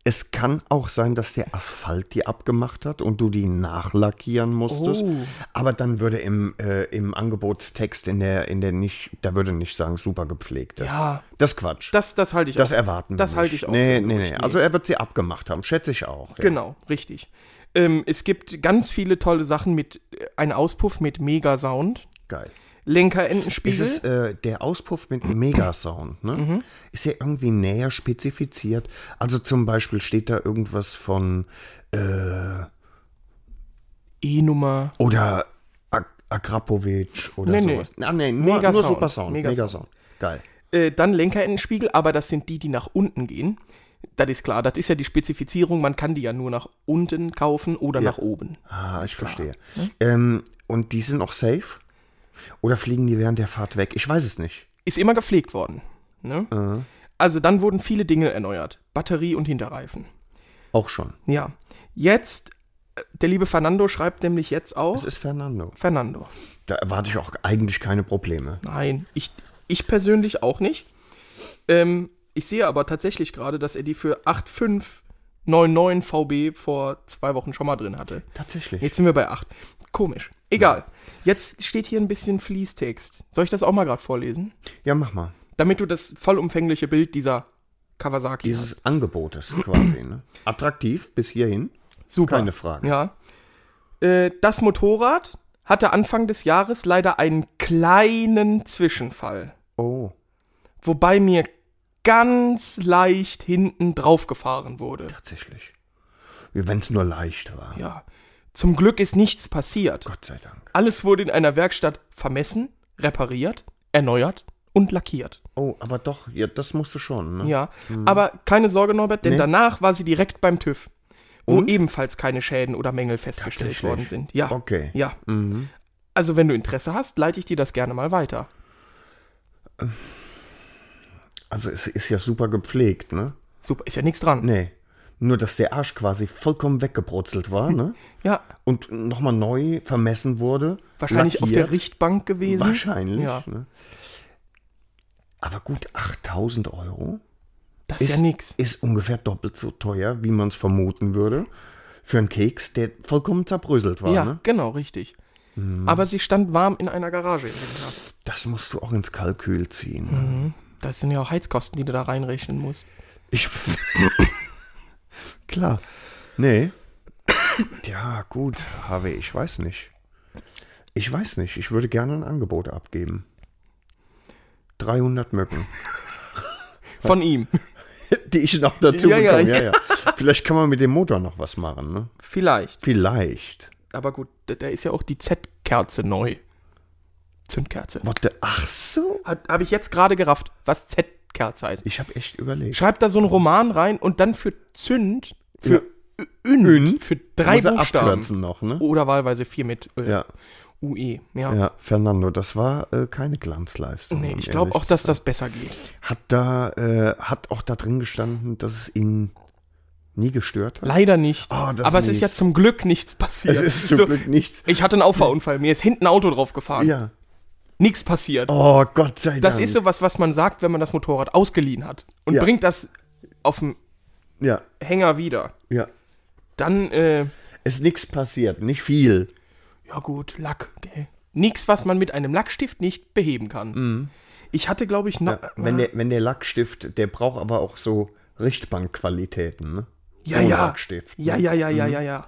Es kann auch sein, dass der Asphalt die abgemacht hat und du die nachlackieren musstest.
Oh.
Aber dann würde im, äh, im Angebotstext in der, in der nicht, da würde nicht sagen, super gepflegte.
Ja,
Das ist Quatsch.
das, das halte ich
Das
auch.
erwarten wir
Das
nicht.
halte ich auch.
Nee,
für
nee,
möglich.
nee. Also er wird sie abgemacht haben, schätze ich auch. Ja.
Genau, richtig. Ähm, es gibt ganz viele tolle Sachen mit äh, einem Auspuff mit Mega-Sound,
Geil. Ist
Lenkerendenspiegel.
es äh, der Auspuff mit Megasound, ne?
Mhm.
Ist ja irgendwie näher spezifiziert. Also zum Beispiel steht da irgendwas von
E-Nummer.
oder Ak Akrapovic oder
Nee, nee.
sowas. Ah, nee, nur,
Megasound.
nur Super Sound.
Megasound.
Megasound. Geil.
Äh, dann Lenkerendenspiegel, aber das sind die, die nach unten gehen. Das ist klar, das ist ja die Spezifizierung, man kann die ja nur nach unten kaufen oder nach oben.
Ah, ich verstehe.
Hm?
Ähm, und die sind auch safe? Oder fliegen die während der Fahrt weg? Ich weiß es nicht.
Ist immer gepflegt worden. Ne? Also dann wurden viele Dinge erneuert. Batterie und Hinterreifen.
Auch schon.
Ja. Jetzt, äh, der liebe Fernando schreibt nämlich jetzt
Das
auch.
ist Fernando.
Fernando.
Da erwarte ich auch eigentlich keine Probleme.
Nein, ich, ich persönlich auch nicht. Ähm, ich sehe aber tatsächlich gerade, dass er die für 8,5 99 VB vor zwei Wochen schon mal drin hatte.
Tatsächlich.
Jetzt sind wir bei 8. Komisch. Egal. Jetzt steht hier ein bisschen Fließtext. Soll ich das auch mal gerade vorlesen?
Ja, mach mal.
Damit du das vollumfängliche Bild dieser Kawasaki hast.
Dieses Angebotes quasi. Ne? Attraktiv bis hierhin.
Super.
Keine Frage.
Ja. Äh, das Motorrad hatte Anfang des Jahres leider einen kleinen Zwischenfall.
Oh.
Wobei mir ganz leicht hinten drauf gefahren wurde.
Tatsächlich. Wenn es nur leicht war.
Ja. Zum Glück ist nichts passiert.
Gott sei Dank.
Alles wurde in einer Werkstatt vermessen, repariert, erneuert und lackiert.
Oh, aber doch, ja, das musst du schon. Ne?
Ja, aber keine Sorge, Norbert, denn
Nee.
danach war sie direkt beim TÜV, wo
Und?
ebenfalls keine Schäden oder Mängel festgestellt
Tatsächlich?
worden sind. Ja.
Okay.
Ja.
Mhm.
Also, wenn du Interesse hast, leite ich dir das gerne mal weiter.
Also es ist ja super gepflegt, ne?
Super, ist ja nichts dran.
Nee. Nur, dass der Arsch quasi vollkommen weggebrutzelt
[LAUGHS]
war, ne?
Ja,
Und nochmal neu vermessen wurde.
wahrscheinlich auf
lackiert.
der Richtbank gewesen.
Wahrscheinlich.
Ja,
Ne? Aber gut, 8000 Euro
das ist ja nix.
ist ungefähr doppelt so teuer, wie man es vermuten würde, für einen Keks, der vollkommen zerbröselt war.
Ja,
Ne? Mhm.
genau, richtig. Aber sie stand warm in einer Garage im Winter.
Das musst du auch ins Kalkül ziehen. ne?
Das sind ja auch Heizkosten, die du da reinrechnen musst.
Ich. [LAUGHS] Klar. Nee. Ja, gut, HW, ich weiß nicht. Ich weiß nicht. Ich würde gerne ein Angebot abgeben. 300 Mücken,
Von ihm.
[LAUGHS]
[LAUGHS]
die ich noch dazu
Ja, ja,
bekomme. Ja, ja. Vielleicht kann man mit dem Motor noch was machen, ne?
Vielleicht.
Vielleicht.
Aber gut, da, da ist ja auch die Z-Kerze neu. Zündkerze.
What the, ach so.
Habe ich jetzt gerade gerafft, was Z-Kerze heißt.
Ich habe echt überlegt.
Schreib da so einen Roman rein und dann für Zünd, für Ünd, für drei
Muss er
Buchstaben.
abkürzen noch, ne?
Oder wahlweise vier mit äh,
Ja.
UE. Ja.
Ja, Fernando, das war äh, keine Glanzleistung.
nee,
um
ich glaube
ehrlich
auch, dass das besser geht.
Hat da, äh, hat auch da drin gestanden, dass es ihn nie gestört hat?
Leider nicht.
Ah, das
Aber es ist
mies.
ja zum Glück nichts passiert.
Es ist zum
So,
Glück nichts.
Ich hatte einen Auffahrunfall. Mir ist hinten ein Auto drauf gefahren.
Ja.
Nichts passiert.
Oh, Gott sei Dank.
das ist sowas, was man sagt, wenn man das Motorrad ausgeliehen hat und
Ja.
bringt das auf dem
Ja,
Hänger wieder.
ja.
Dann, äh,
Ist nichts passiert, nicht viel.
ja gut, Lack, gell. Nix, was man mit einem Lackstift nicht beheben kann. Ich hatte, glaube ich, noch.
Mhm. Ja, wenn, der, wenn der Lackstift, der braucht aber auch so Richtbankqualitäten, ne?
ja,
so ein
ja.
Lackstift. ne? Mhm.
ja, ja, ja, ja, ja, ja.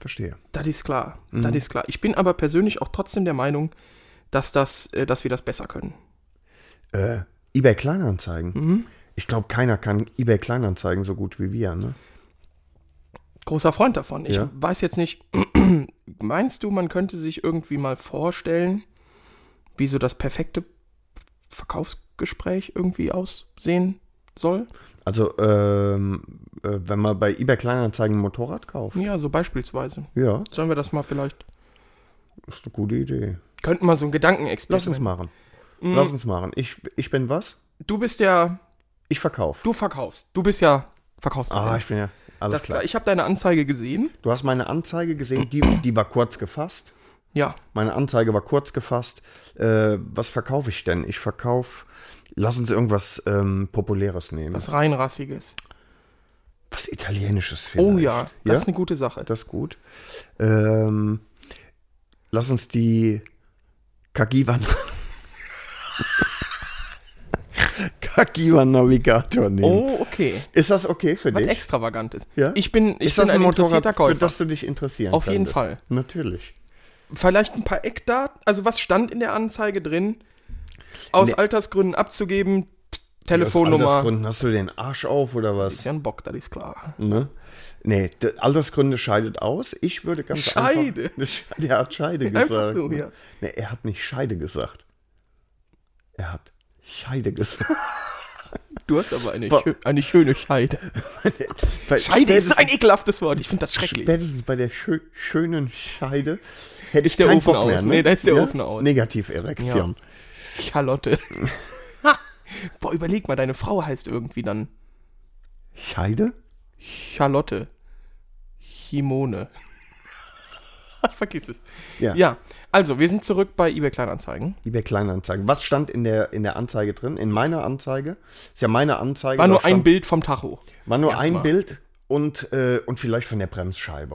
Verstehe.
Das ist klar.
Mhm.
Das ist klar. Ich bin aber persönlich auch trotzdem der Meinung, dass, das, äh, dass wir das besser können.
Äh, eBay Kleinanzeigen.
Mhm.
Ich glaube, keiner kann eBay Kleinanzeigen so gut wie wir, ne?
Großer Freund davon. Ich
Ja.
weiß jetzt nicht, [CLEARS THROAT] meinst du, man könnte sich irgendwie mal vorstellen, wie so das perfekte Verkaufsgespräch irgendwie aussehen soll?
Also, ähm, äh, wenn man bei eBay Kleinanzeigen ein Motorrad kauft,
Ja, so beispielsweise.
ja,
Sollen wir das mal vielleicht.
ist eine gute Idee.
Könnten wir so ein
Lass
Gedankenexperiment.
uns machen.
Mhm.
Lass uns machen. Ich, ich bin was?
Du bist ja.
Ich verkaufe.
Du verkaufst. Du bist ja. Verkaufst.
Ah, ich bin ja. Alles
das
klar.
klar. Ich habe deine Anzeige gesehen.
Du hast meine Anzeige gesehen, die, die war kurz gefasst.
Ja.
Meine Anzeige war kurz gefasst. Äh, was verkaufe ich denn? Ich verkaufe. Lass uns irgendwas ähm, Populäres nehmen. Was,
Was reinrassiges.
Italienisches vielleicht.
Oh ja. Das
Das,
ist eine gute Sache.
das ist gut. Ähm, lass uns die Kagiwa. [LAUGHS] Kagiwa Navigator nehmen.
oh, okay.
Ist das okay für
Was
dich?
extravagantes.
Ja?
Ich bin, ich
ist das
bin
ein,
ein,
Motorrad,
interessierter Käufer.
für das du dich interessieren
Auf jeden
könntest?
Fall.
Natürlich.
Vielleicht ein paar Eckdaten. Also, was stand in der Anzeige drin? Aus
Nee.
Altersgründen abzugeben. T-
Aus
Telefonnummer.
Altersgründen hast du den Arsch auf oder
Ist
was?
ja ein Bock, das ist klar.
Ne? Nee, d- Altersgründe scheidet aus. Ich würde ganz
Scheide.
[LAUGHS] einfach... Scheide? Er hat Scheide
Einfach
gesagt.
so,
ne?
ja.
Nee, er hat nicht Scheide gesagt. Er hat Scheide gesagt.
Du hast aber eine,
Boah.
schö- eine schöne
[LAUGHS]
Scheide. [LAUGHS]
Weil
Scheide ist
spätestens-
ein ekelhaftes Wort. Ich finde das schrecklich.
Spätestens bei der schö schönen Scheide hätte ich
der
keinen
Ofen
Bock mehr.
aus.
Ne?
Nee, da ist der Ofen aus.
Negativerektion.
Charlotte. [LAUGHS] Boah, überleg mal, deine Frau heißt irgendwie dann
Scheide?
Charlotte. Chimone. [LAUGHS] Vergiss es.
Ja.
Ja, also, wir sind zurück bei eBay Kleinanzeigen.
eBay Kleinanzeigen. Was stand in der, in der Anzeige drin? In meiner Anzeige? Ist ja meine Anzeige.
War
da
nur ein
stand-
Bild vom Tacho.
War nur ein
Erstmal.
Bild und, äh, und vielleicht von der Bremsscheibe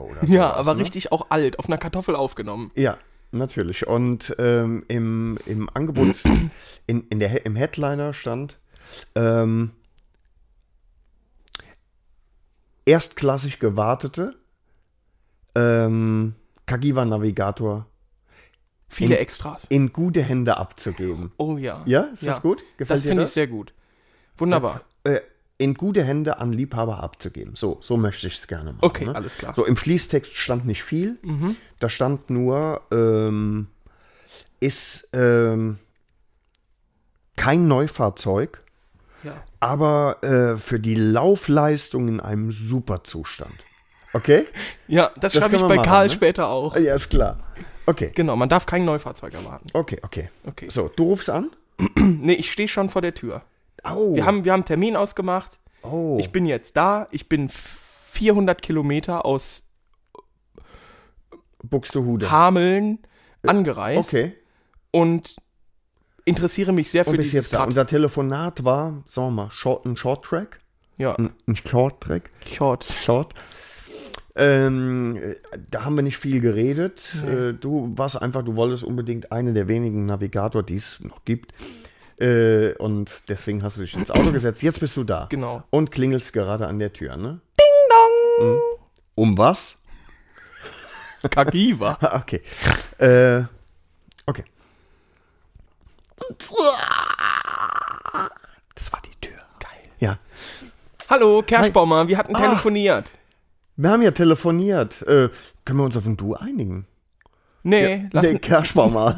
[LAUGHS]
oder so.
Ja, ne? aber richtig auch alt, auf einer Kartoffel aufgenommen.
Ja, natürlich. Und ähm, im, im Angebots,
[CLEARS THROAT]
in, in der, He- im Headliner stand ähm, erstklassig gewartete ähm, Kagiwa Navigator
Viele
in,
Extras.
in gute Hände abzugeben.
Oh ja.
Ja, ist das gut? Gefällt
das
dir
finde ich
das?
sehr gut. Wunderbar.
äh, in gute Hände an Liebhaber abzugeben. So, so möchte ich es gerne machen. ne?
Okay, alles klar.
So, im Fließtext stand nicht viel.
Mhm.
Da stand nur, ähm, ist ähm, kein Neufahrzeug,
Ja.
aber äh, für die Laufleistung in einem super Zustand. Okay? [LAUGHS]
Ja, das,
Das
schreibe ich
kann
bei
man machen,
Karl
ne?
später auch.
ja, ist klar. Okay,
Genau, man darf kein Neufahrzeug erwarten.
okay, okay.
Okay.
So, du rufst an.
Nee, ich stehe schon vor der Tür.
Au,
Wir haben, wir haben einen Termin ausgemacht.
oh,
Ich bin jetzt da. Ich bin 400 Kilometer aus
Buxtehude.
Hameln angereist
Äh, okay,
und interessiere mich sehr für
und bis
dieses
jetzt da.
Rad.
Unser Telefonat war, sagen wir mal, short, ein Short-Track.
Ja,
Ein Short-Track.
Short.
Short. Ähm, äh, da haben wir nicht viel geredet. Äh, du warst einfach, du wolltest unbedingt eine der wenigen Navigator, die es noch gibt. Äh, und deswegen hast du dich ins Auto gesetzt. Jetzt bist du da.
Genau.
Und klingelst gerade an der Tür, ne? Ding dong! Um was?
Kagiva.
[LAUGHS] Ah, Okay. Äh, okay. Das war die Tür. Geil. Ja.
Hallo, Kerschbaumer, wir hatten
Ah.
telefoniert.
Wir haben ja telefoniert. Äh, können wir uns auf ein Du einigen?
Nee, lass
nee,
[LAUGHS]
Kerschbaum mal.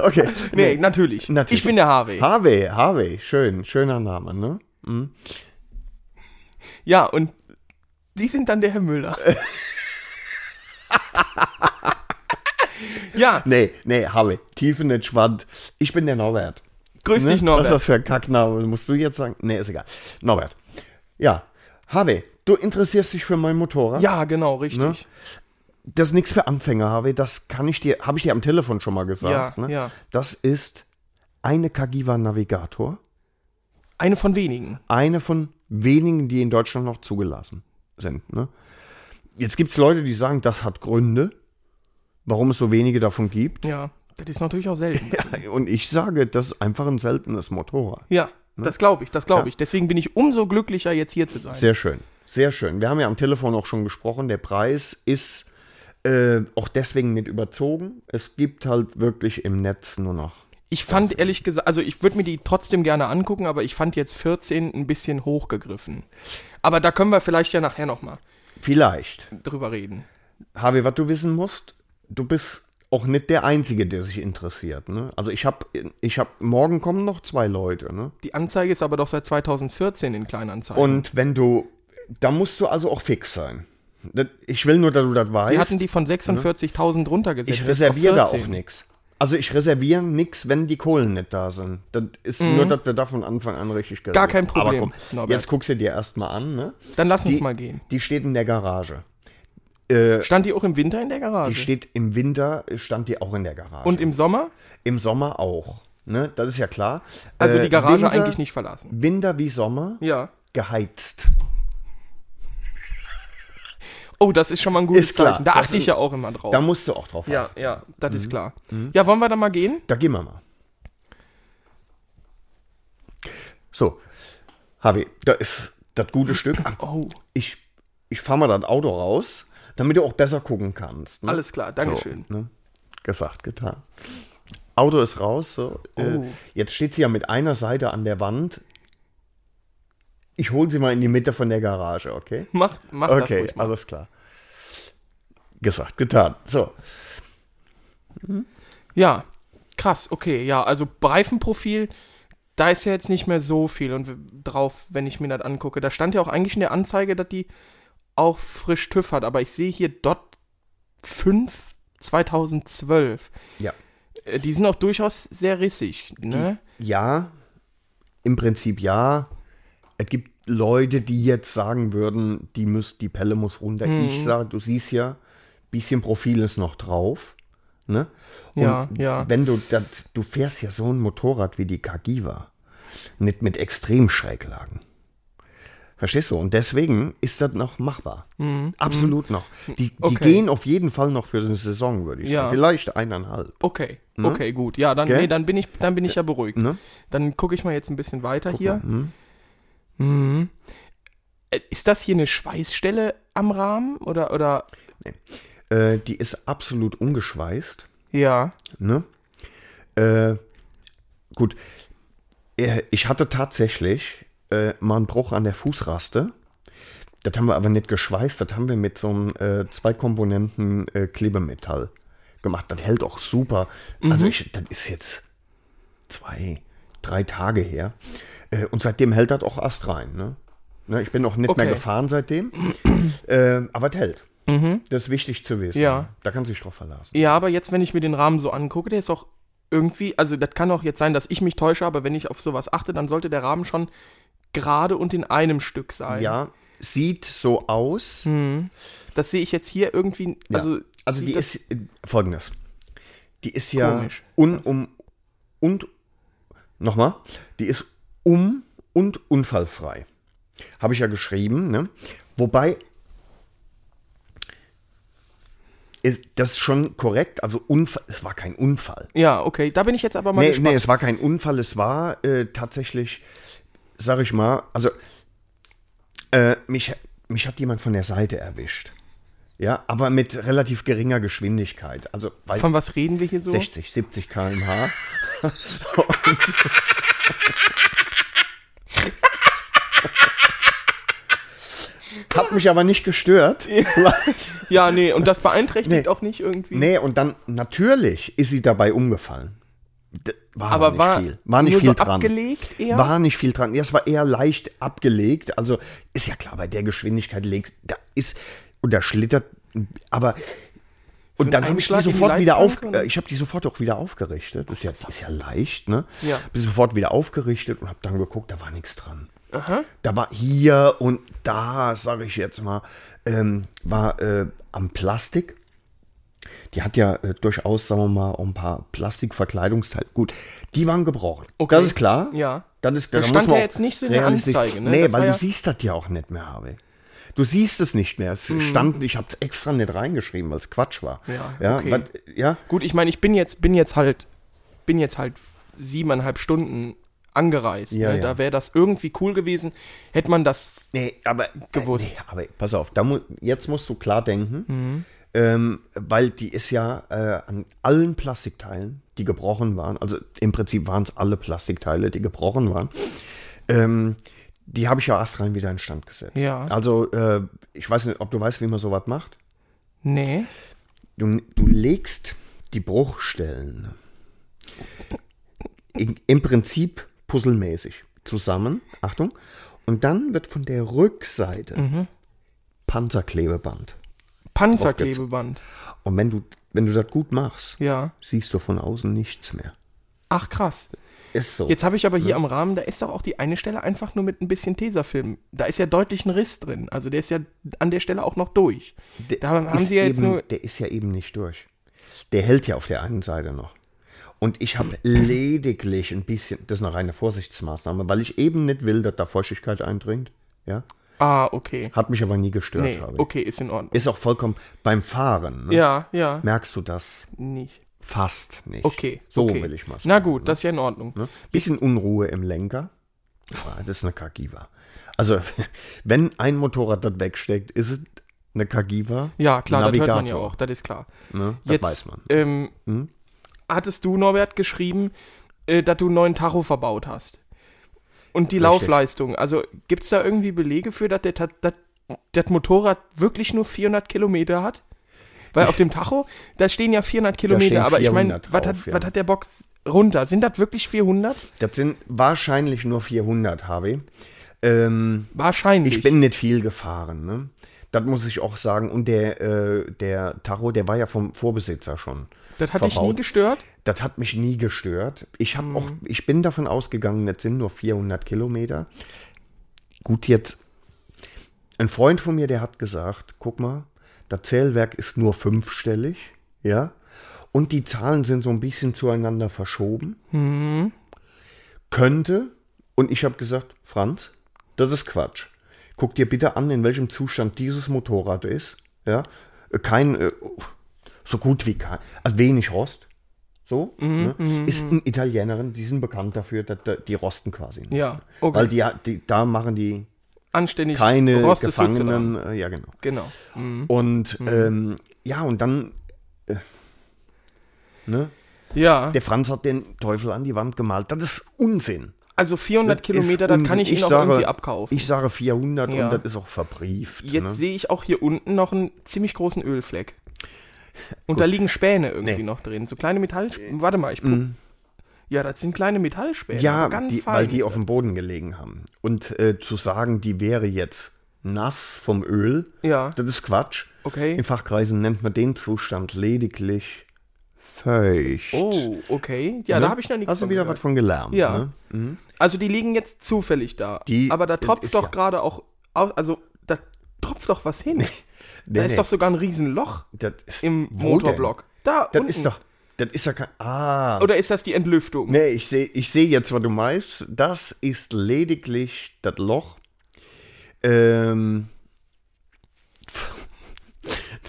okay.
nee, natürlich.
Natürlich.
Ich bin der Harvey.
Harvey, Harvey, schön, schöner Name, ne?
Ja, und die sind dann der Herr
[LAUGHS]
Müller. ja,
Nee, nee, Harvey, Tiefenentspannt. Ich bin der Norbert.
grüß
ne?
dich,
Was
Norbert.
ist das für ein Kackname? Musst du jetzt sagen? Nee, ist egal. Norbert. Ja, Harvey, du interessierst dich für mein Motorrad?
Ja,
Ne?
genau, richtig.
Das ist nichts für Anfänger, Harvey. Das kann ich dir, habe ich dir am Telefon schon mal gesagt.
Ja,
ne?
ja.
Das ist eine Kagiwa Navigator.
Eine von wenigen.
eine von wenigen, die in Deutschland noch zugelassen sind. Ne? Jetzt gibt es Leute, die sagen, das hat Gründe, warum es so wenige davon gibt.
Ja, das ist natürlich auch
[LAUGHS]
selten.
Und ich sage, das ist einfach ein seltenes Motorrad.
Ja, das glaube ich, das glaube
Ne? Ja.
ich. Deswegen bin ich umso glücklicher, jetzt hier zu sein.
Sehr schön, sehr schön. Wir haben ja am Telefon auch schon gesprochen, der Preis ist äh, auch deswegen nicht überzogen. Es gibt halt wirklich im Netz nur noch.
Ich fand ehrlich gesagt, also ich würde mir die trotzdem gerne angucken, aber ich fand jetzt 14 ein bisschen hochgegriffen. Aber da können wir vielleicht ja nachher nochmal
Vielleicht.
drüber reden.
Harvey, was du wissen musst, du bist auch nicht der Einzige, der sich interessiert. Ne? Also ich habe, ich hab, morgen kommen noch zwei Leute. Ne?
Die Anzeige ist aber doch seit 2014 in Kleinanzeigen.
Und wenn du, da musst du also auch fix sein. Das- Ich will nur, dass du das weißt.
Sie hatten die von 46.000 runtergesetzt.
ne? ich
jetzt auf
reserviere da
14.
auch nichts. Also ich reserviere nichts, wenn die Kohlen nicht da sind. Das ist nur, dass wir da von Anfang an richtig
Mhm.
geredet
Gar kein
Aber
Problem,
komm,
Norbert.
jetzt guckst du dir erstmal an. Ne?
Dann lass uns
Die-
mal gehen.
Die steht in der Garage.
Stand die auch im Winter in der Garage?
Die steht im Winter, stand die auch in der Garage.
Also. Und im Sommer?
Im Sommer auch. Ne? Das ist ja klar.
Also die
Äh,
Garage
Winter-
eigentlich nicht verlassen.
Winter wie Sommer,
Ja.
geheizt.
Oh, das ist schon mal ein gutes
Ist klar.
Zeichen. Da
Das
achte ich
ist- Mhm.
ja auch immer drauf.
Da musst du auch drauf
ja,
achten.
ja, das ist klar. Ja, wollen wir da mal gehen?
Da gehen wir mal. So, Harvey, da ist das gute Stück.
[CLEARS THROAT] Oh,
Ich, ich fahre mal das Auto raus, damit du auch besser gucken kannst. ne?
alles klar, Dankeschön.
So, ne? Gesagt, getan. Auto ist raus. So.
Oh.
Äh, jetzt steht sie ja mit einer Seite an der Wand. Ich hole sie mal in die Mitte von der Garage, okay?
Mach, mach das
Okay, also
ruhig mal.
alles klar. Gesagt, getan. So,
Ja, krass, okay. Ja, also Reifenprofil, da ist ja jetzt nicht mehr so viel und w- drauf, wenn ich mir das angucke. Da stand ja auch eigentlich in der Anzeige, dass die auch frisch TÜV hat, aber ich sehe hier DOT 5 2012.
ja.
Äh, Die sind auch durchaus sehr rissig, ne?
Ja, im Prinzip ja. Es gibt Leute, die jetzt sagen würden, die, müß, die Pelle muss runter.
Mhm.
Ich sage, du siehst ja, bisschen Profil ist noch drauf. Ne? Und
Ja, ja.
Wenn du, das, du fährst ja so ein Motorrad wie die Kagiwa, nicht mit Extremschräglagen. Verstehst du? Und deswegen ist das noch machbar.
Mhm.
Absolut noch. Die, die
Okay.
gehen auf jeden Fall noch für eine Saison, würde ich
Ja.
sagen. Vielleicht eineinhalb.
Okay,
Ne?
okay, gut. Ja, dann,
Gell?
nee, dann bin ich, dann bin ich ja beruhigt.
Ne?
Dann gucke ich mal jetzt ein bisschen weiter
Guck
hier.
mal, hm?
Mhm. Äh, Ist das hier eine Schweißstelle am Rahmen? Oder, oder,
Äh, die ist absolut ungeschweißt.
ja.
Ne? Äh, gut. Äh, Ich hatte tatsächlich äh, mal einen Bruch an der Fußraste. Das haben wir aber nicht geschweißt, das haben wir mit so einem äh, Zwei-Komponenten-Klebemetall gemacht. Das hält auch super.
Mhm.
Also, ich, das ist jetzt zwei, drei Tage her. Äh, und seitdem hält das auch Ast rein. Ne? Ne, ich bin auch nicht mehr
Okay.
gefahren
[CLEARS THROAT]
seitdem. äh, aber das hält.
Mhm.
Das ist wichtig zu wissen.
Ja.
Da kann sich drauf verlassen.
Ja, aber jetzt, wenn ich mir den Rahmen so angucke, der ist auch irgendwie, also das kann auch jetzt sein, dass ich mich täusche, aber wenn ich auf sowas achte, dann sollte der Rahmen schon gerade und in einem Stück sein.
Ja, sieht so aus.
Mhm. Das sehe ich jetzt hier irgendwie,
Ja.
also,
Also
sieht
die
das-
ist äh, folgendes. Die ist ja
Komisch.
un, um und nochmal, die ist um und unfallfrei. Habe ich ja geschrieben, ne? Wobei ist das schon korrekt, also Unfall, es war kein Unfall.
Ja, okay, da bin ich jetzt aber mal
Nee,
gespannt.
nee, es war kein Unfall, es war äh, tatsächlich, sag ich mal, also äh, mich, mich hat jemand von der Seite erwischt. Ja, aber mit relativ geringer Geschwindigkeit. Also weil
Von was reden wir hier so?
60, 70 km/h. [LAUGHS] Und [LAUGHS] hat mich aber nicht gestört.
Ja, nee, und das beeinträchtigt auch nicht irgendwie.
Nee, und dann natürlich ist sie dabei umgefallen. D- War
Aber
nicht
war
viel. War nicht
nur
viel
so
dran.
abgelegt eher?
War nicht viel dran. Ja, es war eher leicht abgelegt. Also ist ja klar, bei der Geschwindigkeit legt, da ist, und da schlittert, aber. Und
ein
dann habe ich die
Einschlag in die
sofort wieder auf,
Leitplanke und-
äh, ich habe die sofort auch wieder aufgerichtet. Das ist ja, ist ja leicht, ne?
Ja.
Bin sofort wieder aufgerichtet und habe dann geguckt, da war nichts dran.
Aha.
Da war hier und da, sage ich jetzt mal, ähm, war äh, am Plastik. Die hat ja äh, durchaus, sagen wir mal, auch ein paar Plastikverkleidungsteile. Gut, die waren gebrochen.
Okay.
Das ist klar.
Ja.
Dann ist,
Da
dann
stand
muss man
ja
auch
jetzt nicht so in der
realistisch-
Anzeige, ne?
Nee,
Das
weil
war
du
ja-
siehst das ja auch nicht mehr, Harvey. Du siehst es nicht mehr. Es stand, ich habe es extra nicht reingeschrieben, weil es Quatsch war.
Mhm. Ja,
ja,
okay.
was, ja,
Gut, ich meine, ich bin jetzt, bin jetzt halt, bin jetzt halt siebeneinhalb Stunden angereist.
Ja,
ne?
ja.
Da wäre das irgendwie cool gewesen, hätte man das.
Nee, aber
Gewusst. Mhm.
Nee, aber pass auf, da mu jetzt musst du klar denken, ähm, weil die ist ja äh, an allen Plastikteilen, die gebrochen waren, also im Prinzip waren es alle Plastikteile, die gebrochen waren, ähm, die habe ich ja erst rein wieder instand gesetzt.
Ja.
Also äh, ich weiß nicht, ob du weißt, wie man sowas macht.
Nee.
Du, du legst die Bruchstellen in, im Prinzip puzzelmäßig zusammen. Achtung. Und dann wird von der Rückseite
Mhm.
Panzerklebeband.
Panzerklebeband.
Und wenn du, wenn du das gut machst,
Ja.
siehst du von außen nichts mehr.
Ach krass.
Ist so.
Jetzt habe ich aber hier am Rahmen, da ist doch auch die eine Stelle einfach nur mit ein bisschen Tesafilm. Da ist ja deutlich ein Riss drin. Also der ist ja an der Stelle auch noch durch.
Der
Da haben
ist
sie ja jetzt
eben,
nur.
Der ist ja eben nicht durch. Der hält ja auf der einen Seite noch. Und ich habe lediglich ein bisschen, das ist eine reine Vorsichtsmaßnahme, weil ich eben nicht will, dass da Feuchtigkeit eindringt. Ja.
Ah, okay.
Hat mich aber nie gestört.
Nee,
habe ich.
okay, ist in Ordnung.
Ist auch vollkommen beim Fahren. Ne?
ja, ja.
Merkst du das
Nicht.
fast nicht.
Okay.
So
okay.
will ich mal sagen.
Na gut,
ne?
das ist ja in Ordnung.
Ne? Bisschen Unruhe im Lenker. Aber das ist eine Kagiva. Also, [LAUGHS] wenn ein Motorrad das wegsteckt, ist es eine Kagiva.
Ja, klar,
Navigator.
das hört man ja auch, das ist klar.
Ne? Das
Jetzt
weiß man. Hm?
Ähm, hattest du, Norbert, geschrieben, äh, dass du einen neuen Tacho verbaut hast. Und die Laufleistung. Also gibt es da irgendwie Belege für, dass der, Ta- dass das Motorrad wirklich nur 400 Kilometer hat? Weil auf dem Tacho, da stehen ja 400
stehen
Kilometer, aber ich meine,
400
was
drauf,
hat,
ja.
was hat der Box runter? Sind das wirklich 400?
Das sind wahrscheinlich nur 400, Harvey. Ähm,
Wahrscheinlich.
ich bin nicht viel gefahren. Ne? Das muss ich auch sagen. Und der, äh, der Tacho, der war ja vom Vorbesitzer schon.
das hat dich nie
verbaut.
gestört?
Das hat mich nie gestört. Ich habe auch, ich bin davon ausgegangen, das sind nur 400 Kilometer. Gut, jetzt ein Freund von mir, der hat gesagt, guck mal, das Zählwerk ist nur fünfstellig, ja, und die Zahlen sind so ein bisschen zueinander verschoben.
Mhm.
Könnte und ich habe gesagt, Franz, das ist Quatsch. Guck dir bitte an, in welchem Zustand dieses Motorrad ist. Ja, kein, äh, so gut wie kein, also wenig Rost. So,
Mhm,
ne? ist ein Italienerin, die sind bekannt dafür, dass, da- die rosten quasi. nicht.
Ja, okay.
Weil die, die, da machen die
Anständig
keine
Rost ist
Gefangenen.
sozusagen.
äh, Ja, genau.
Genau. Mhm.
Und ähm, ja, und dann, äh, ne?
Ja,
Der Franz hat den Teufel an die Wand gemalt. Das ist Unsinn.
also 400
Das
Kilometer,
ist
das
Unsinn.
kann ich, Ihnen auch
sage-
irgendwie abkaufen.
Ich sage 400
Ja.
und das ist auch verbrieft.
Jetzt
ne?
sehe ich auch hier unten noch einen ziemlich großen Ölfleck. Und da liegen Späne irgendwie
Nee. Äh, mm.
noch drin. So kleine Metallspäne. Warte mal, ich prob- Ja, das sind kleine Metallspäne.
Ja,
aber ganz
die,
fein
weil die
ist
auf
das.
dem Boden gelegen haben. Und äh, zu sagen, die wäre jetzt nass vom Öl,
Ja.
das ist Quatsch.
Okay.
In Fachkreisen nennt man den Zustand lediglich feucht. Ne?
Oh, okay. Ja, da habe ich noch nichts
Hast du
von
wieder
gehört.
was von gelernt?
Ja.
Ne?
Also die liegen jetzt zufällig da.
Die-
aber da
das
tropft
ist
doch
ja-
gerade auch, au- also da tropft doch was hin. da
nee,
ist
nee.
doch sogar ein Riesenloch
Das ist,
im
wo
Motorblock. Da
Denn?
unten.
Das ist doch, das ist ja kein, ah.
Oder ist das die Entlüftung?
Nee, ich sehe ich seh jetzt, was du meinst. Das ist lediglich das Loch. Ähm, [LAUGHS]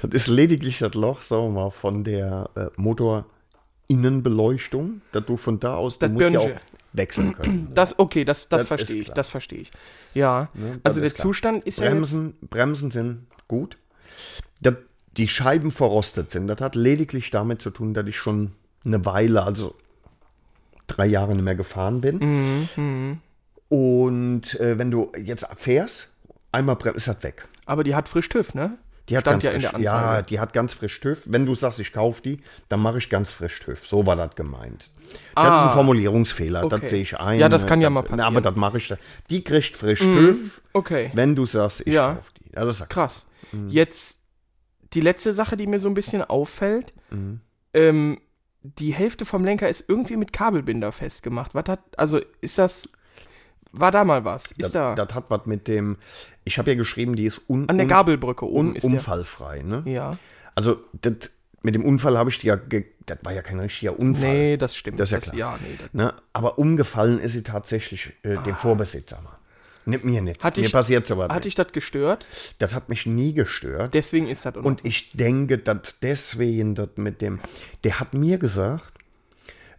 das ist lediglich das Loch, sagen wir mal, von der äh, Motorinnenbeleuchtung, dass du von da aus,
Das
du musst ja
Birnchen.
auch wechseln können.
Das, okay, das, das,
Das
verstehe
ist
ich,
klar.
das verstehe ich. Ja,
Ne, das
also der
ist klar.
Zustand ist ja jetzt,
Bremsen, Bremsen sind gut. Dass die Scheiben verrostet sind, das hat lediglich damit zu tun, dass ich schon eine Weile, also drei Jahre nicht mehr gefahren bin.
Mhm,
Und äh, wenn du jetzt fährst, einmal bremst, ist das weg.
aber die hat frisch TÜV, ne?
Die hat
Stand
ganz
ja in
frisch,
der Anzeige.
Ja, die hat ganz frisch TÜV. Wenn du sagst, ich kaufe die, dann mache ich ganz frisch TÜV. So war das gemeint. Das ist
Ah.
ein Formulierungsfehler.
Okay.
Das sehe ich ein.
Ja, das kann ja mal
Na, aber
passieren.
das mache ich. da- Die kriegt frisch TÜV,
Okay,
wenn Mhm. du sagst, ich
Ja.
kaufe die. Ja, das ist
krass. Jetzt die letzte Sache, die mir so ein bisschen auffällt,
Mhm.
ähm, die Hälfte vom Lenker ist irgendwie mit Kabelbinder festgemacht. Was hat, also ist das, war da mal was? Ist
Das,
da
das hat was mit dem. Ich habe ja geschrieben, die ist un,
an der
un-
Gabelbrücke oben
un,
ist der.
unfallfrei. Ne?
Ja,
Also das, mit dem Unfall habe ich die ja. Ge, das war ja kein richtiger Unfall.
nee, das stimmt.
Das ist ja klar.
Ja, nee, das,
Ne? Aber umgefallen ist sie tatsächlich äh,
Ah.
dem Vorbesitzer mal. Nicht mir nicht.
Hat
mir
dich-
passiert sowas.
hat
nicht.
dich das gestört?
das hat mich nie gestört.
Deswegen ist das
Und ich denke, dass deswegen das mit dem. Der hat mir gesagt,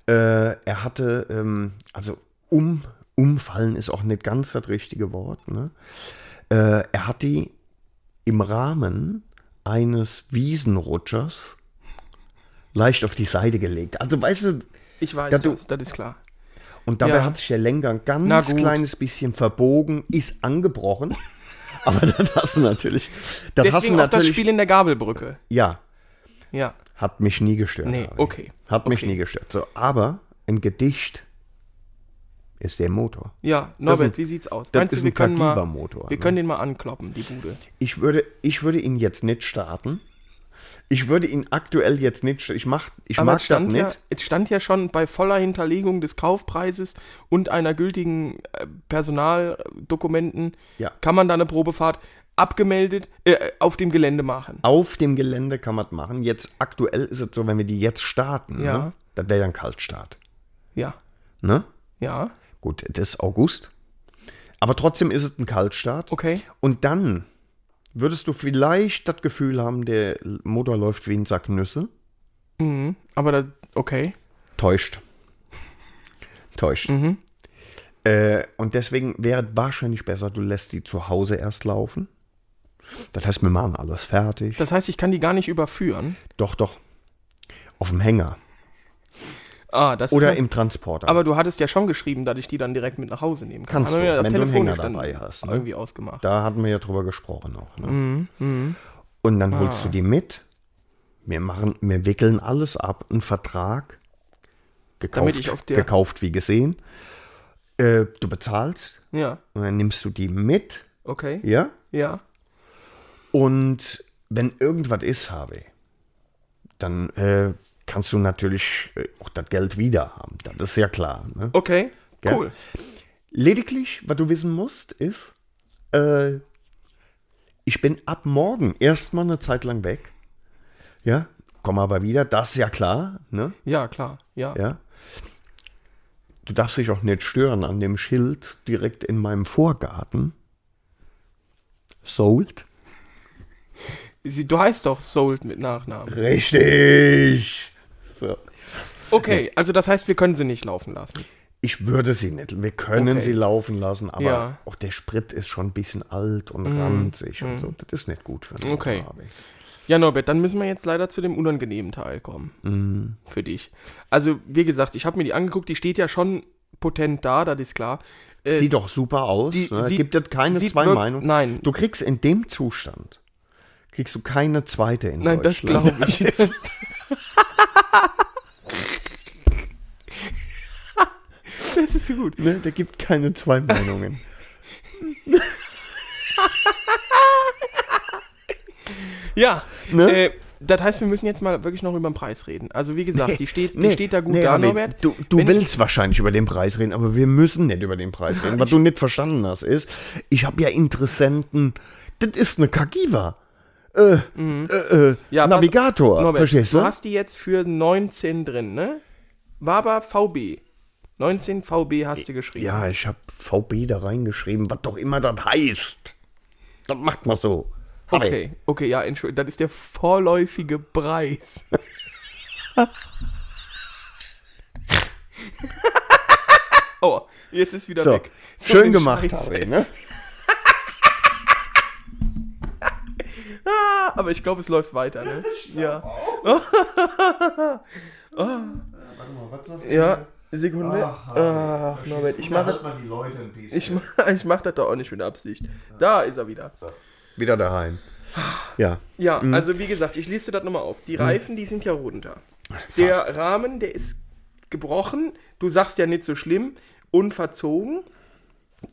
äh, er hatte, ähm, also um, umfallen ist auch nicht ganz das richtige Wort. Ne? Äh, er hat die im Rahmen eines Wiesenrutschers leicht auf die Seite gelegt. Also weißt du,
ich weiß
dass du-
das, das ist klar.
und dabei
Ja.
hat sich der Lenker ein
Na
ganz
gut.
kleines bisschen verbogen, ist angebrochen. [LAUGHS] Aber dann hast du natürlich. Dann hast du
Deswegen auch das
natürlich.
Spiel in der Gabelbrücke.
ja,
Ja,
hat mich nie gestört.
Nee,
Harry.
okay.
Hat mich
Okay.
nie gestört. So, aber ein Gedicht ist der Motor.
ja,
Das
Norbert,
ist ein-
wie sieht's aus?
das
Meinst
ist
du, wir
ein
können mal,
Kagiva-Motor,
wir
ne?
können den mal ankloppen, die Bude?
Ich würde, ich würde ihn jetzt nicht starten. Ich würde ihn aktuell jetzt nicht starten. Ich, mach, ich
Aber
mag
es
das
stand,
nicht.
ja, es stand ja schon bei voller Hinterlegung des Kaufpreises und einer gültigen äh, Personaldokumenten,
Ja.
kann man da eine Probefahrt abgemeldet äh, auf dem Gelände machen.
Auf dem Gelände kann man es machen. Jetzt aktuell ist es so, wenn wir die jetzt starten,
Ja.
ne, das wäre ja ein Kaltstart.
Ja,
Ne?
ja,
Gut, das ist August. Aber trotzdem ist es ein Kaltstart.
okay.
Und dann würdest du vielleicht das Gefühl haben, der Motor läuft wie ein Sack Nüsse.
Mhm. Aber da, okay.
Täuscht. Täuscht.
Mhm.
Äh, und deswegen wäre es wahrscheinlich besser, du lässt die zu Hause erst laufen. Das heißt, wir machen alles fertig.
Das heißt, ich kann die gar nicht überführen.
doch, doch. Auf dem Hänger.
Ah, das
Oder
ist eine,
im Transporter.
Aber du hattest ja schon geschrieben, dass ich die dann direkt mit nach Hause nehmen kann.
Kannst
Haben
du,
wir ja
wenn du einen
telefonisch
Hänger
dann
dabei hast, ne?
Irgendwie ausgemacht.
Da hatten wir ja drüber gesprochen auch. Ne?
Mhm,
Und dann
Ah.
holst du die mit. Wir machen, wir wickeln alles ab, einen Vertrag. Gekauft,
Damit ich auf der-
gekauft wie gesehen. Äh, du bezahlst
Ja,
und dann nimmst du die mit,
okay.
ja?
Ja.
Und wenn irgendwas ist, Harvey, dann äh, kannst du natürlich äh, auch das Geld wieder haben. Das ist ja klar. Ne?
Okay,
Ja.
cool.
Lediglich, was du wissen musst, ist, äh, ich bin ab morgen erstmal eine Zeit lang weg. Ja, komm aber wieder, das ist ja klar. Ne?
Ja, klar. Ja.
Ja. Du darfst dich auch nicht stören an dem Schild direkt in meinem Vorgarten. Sold?
Sie, du heißt doch Sold mit Nachnamen.
Richtig. So.
Okay, also das heißt, wir können sie nicht laufen lassen.
Ich würde sie nicht. Wir können
Okay.
sie laufen lassen, aber
Ja.
auch der Sprit ist schon ein bisschen alt und
Mhm.
ranzig und so.
Mhm.
Das ist nicht gut für eine
Okay.
Haarfarbe.
Ja, Norbert, dann müssen wir jetzt leider zu dem unangenehmen Teil kommen.
Mhm.
Für dich. Also, wie gesagt, ich habe mir die angeguckt, die steht ja schon potent da, das ist klar. Äh,
Sieht doch super aus.
die-
ne?
sieht-
Gibt es keine
sieht
zwei
wirk-
Meinungen?
nein.
Du kriegst in dem Zustand, kriegst du keine zweite in
Nein, das
Deutschland.
glaube
[LAUGHS]
ich. [LAUGHS] das ist gut.
Ne, da gibt keine zwei Meinungen.
Ja,
Ne?
äh, das heißt, wir müssen jetzt mal wirklich noch über den Preis reden. Also wie gesagt, die steht, die
Nee,
steht da gut
nee,
da,
Rabi,
Norbert.
Du, du
Wenn ich-
willst wahrscheinlich über den Preis reden, aber wir müssen nicht über den Preis reden. Was du nicht verstanden hast, ist, ich habe ja Interessenten. Das ist eine Kagiva. Äh, äh, äh,
Mhm. Ja, pass-
Navigator.
Norbert,
verstehst du?
Du hast die jetzt für 19 drin, ne? War aber VB. 19 VB hast du geschrieben.
ja, ich habe VB da reingeschrieben, was doch immer das heißt. Das macht man so. Harry,
Okay, okay, ja, Entschuldigung, das ist der vorläufige Preis. [LAUGHS] oh, jetzt ist wieder
So,
weg. So
schön
eine
gemacht,
Scheiße.
Harry, ne?
Ah, [LAUGHS] aber ich glaube, es läuft weiter, ne? Ja. [LAUGHS] Oh. Ja, Sekunde. Ah, Norbert, ich mache ich, mach- ich mach das doch auch nicht mit Absicht. Da ist er wieder.
Wieder daheim. Ja.
Ja, also wie gesagt, ich lese dir das nochmal auf. Die Reifen, die sind ja runter. Der Rahmen, der ist gebrochen. Du sagst ja nicht so schlimm. Unverzogen.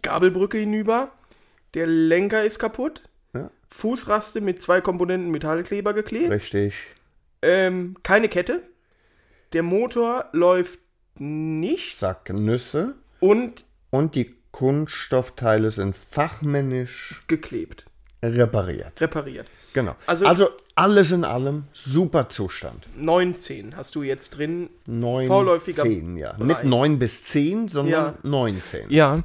Gabelbrücke hinüber. Der Lenker ist kaputt.
Ja.
Fußraste mit zwei Komponenten Metallkleber geklebt.
Richtig.
Ähm, keine Kette. Der Motor läuft nicht.
Sacknüsse.
Und
Und die Kunststoffteile sind fachmännisch
geklebt.
repariert.
Repariert.
Genau.
Also-
Also, alles in allem super Zustand.
19 hast du jetzt drin.
Neun,
Vorläufiger
zehn, ja.
Preis.
Nicht 9 bis 10, sondern
Ja.
19.
Ja,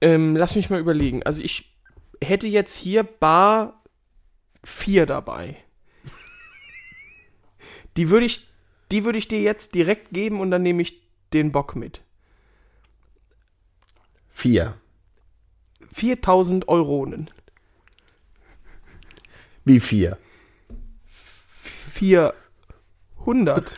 ähm, lass mich mal überlegen. Also ich hätte jetzt hier Bar 4 dabei. Die würde ich, die würde ich dir jetzt direkt geben und dann nehme ich den Bock mit.
4.
4000 Euronen.
Wie 4?
400.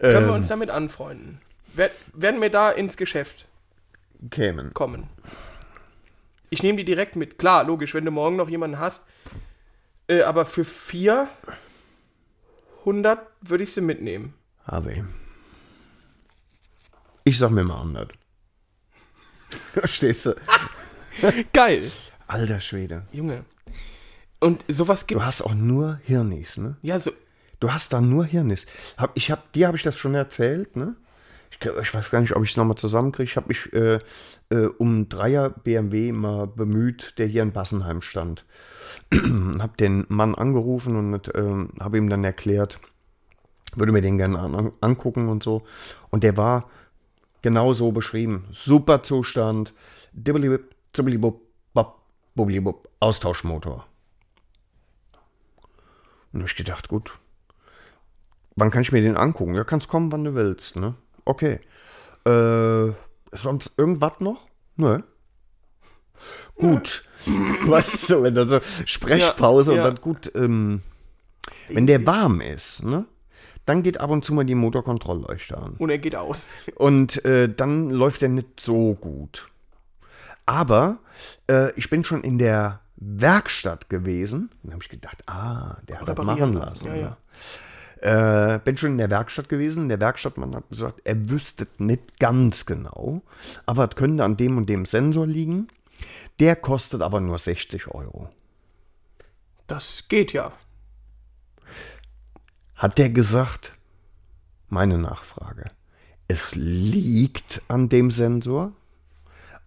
Können wir uns damit anfreunden? Wer- Werden wir da ins Geschäft
Kämen.
kommen? Ich nehme die direkt mit. Klar, logisch, wenn du morgen noch jemanden hast. Äh, aber für 400 würde ich sie mitnehmen.
Harvey. Ich sag mir mal 100. [LAUGHS] Verstehst du?
Geil.
Alter Schwede.
Junge. Und sowas
Du
gibt's.
hast auch nur Hirnis, ne?
ja, so.
Du hast da nur Hirnis. Hab, ich hab, dir habe ich das schon erzählt, ne? Ich, glaub, ich weiß gar nicht, ob ich es nochmal zusammenkriege. Ich habe mich äh, äh, um einen Dreier BMW immer bemüht, der hier in Bassenheim stand. [CLEARS THROAT] habe den Mann angerufen und ähm, habe ihm dann erklärt, würde mir den gerne an, angucken und so. Und der war genau so beschrieben. Super Zustand. Dibblibib, zibblibub, bab, bubblibub, Austauschmotor. Und hab ich gedacht, gut, wann kann ich mir den angucken? Ja, kannst kommen, wann du willst, ne? Okay. Äh, sonst irgendwas noch? Nö. Gut. weißt du, wenn da so Sprechpause
Ja, ja.
und dann gut, ähm, wenn der warm ist, ne? Dann geht ab und zu mal die Motorkontrollleuchte an.
Und er oh, geht aus.
Und äh, dann läuft er nicht so gut. Aber äh, ich bin schon in der Werkstatt gewesen. Dann habe ich gedacht, ah, der hat das machen
Reparieren
lassen.
lassen, ja, ja.
ja. Äh, bin schon in der Werkstatt gewesen. Der Werkstattmann hat gesagt, er wüsste nicht ganz genau, aber es könnte an dem und dem Sensor liegen. Der kostet aber nur 60 Euro.
Das geht ja.
hat der gesagt, meine Nachfrage, es liegt an dem Sensor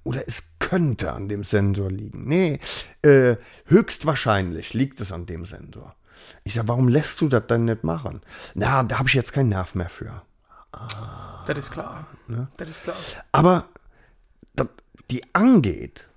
oder es könnte an dem Sensor liegen. Nee, äh, höchstwahrscheinlich liegt es an dem Sensor. Ich sage, warum lässt du das dann nicht machen? Na, da habe ich jetzt keinen Nerv mehr für.
Das ist klar.
Ne?
Das ist klar.
Aber das, die angeht,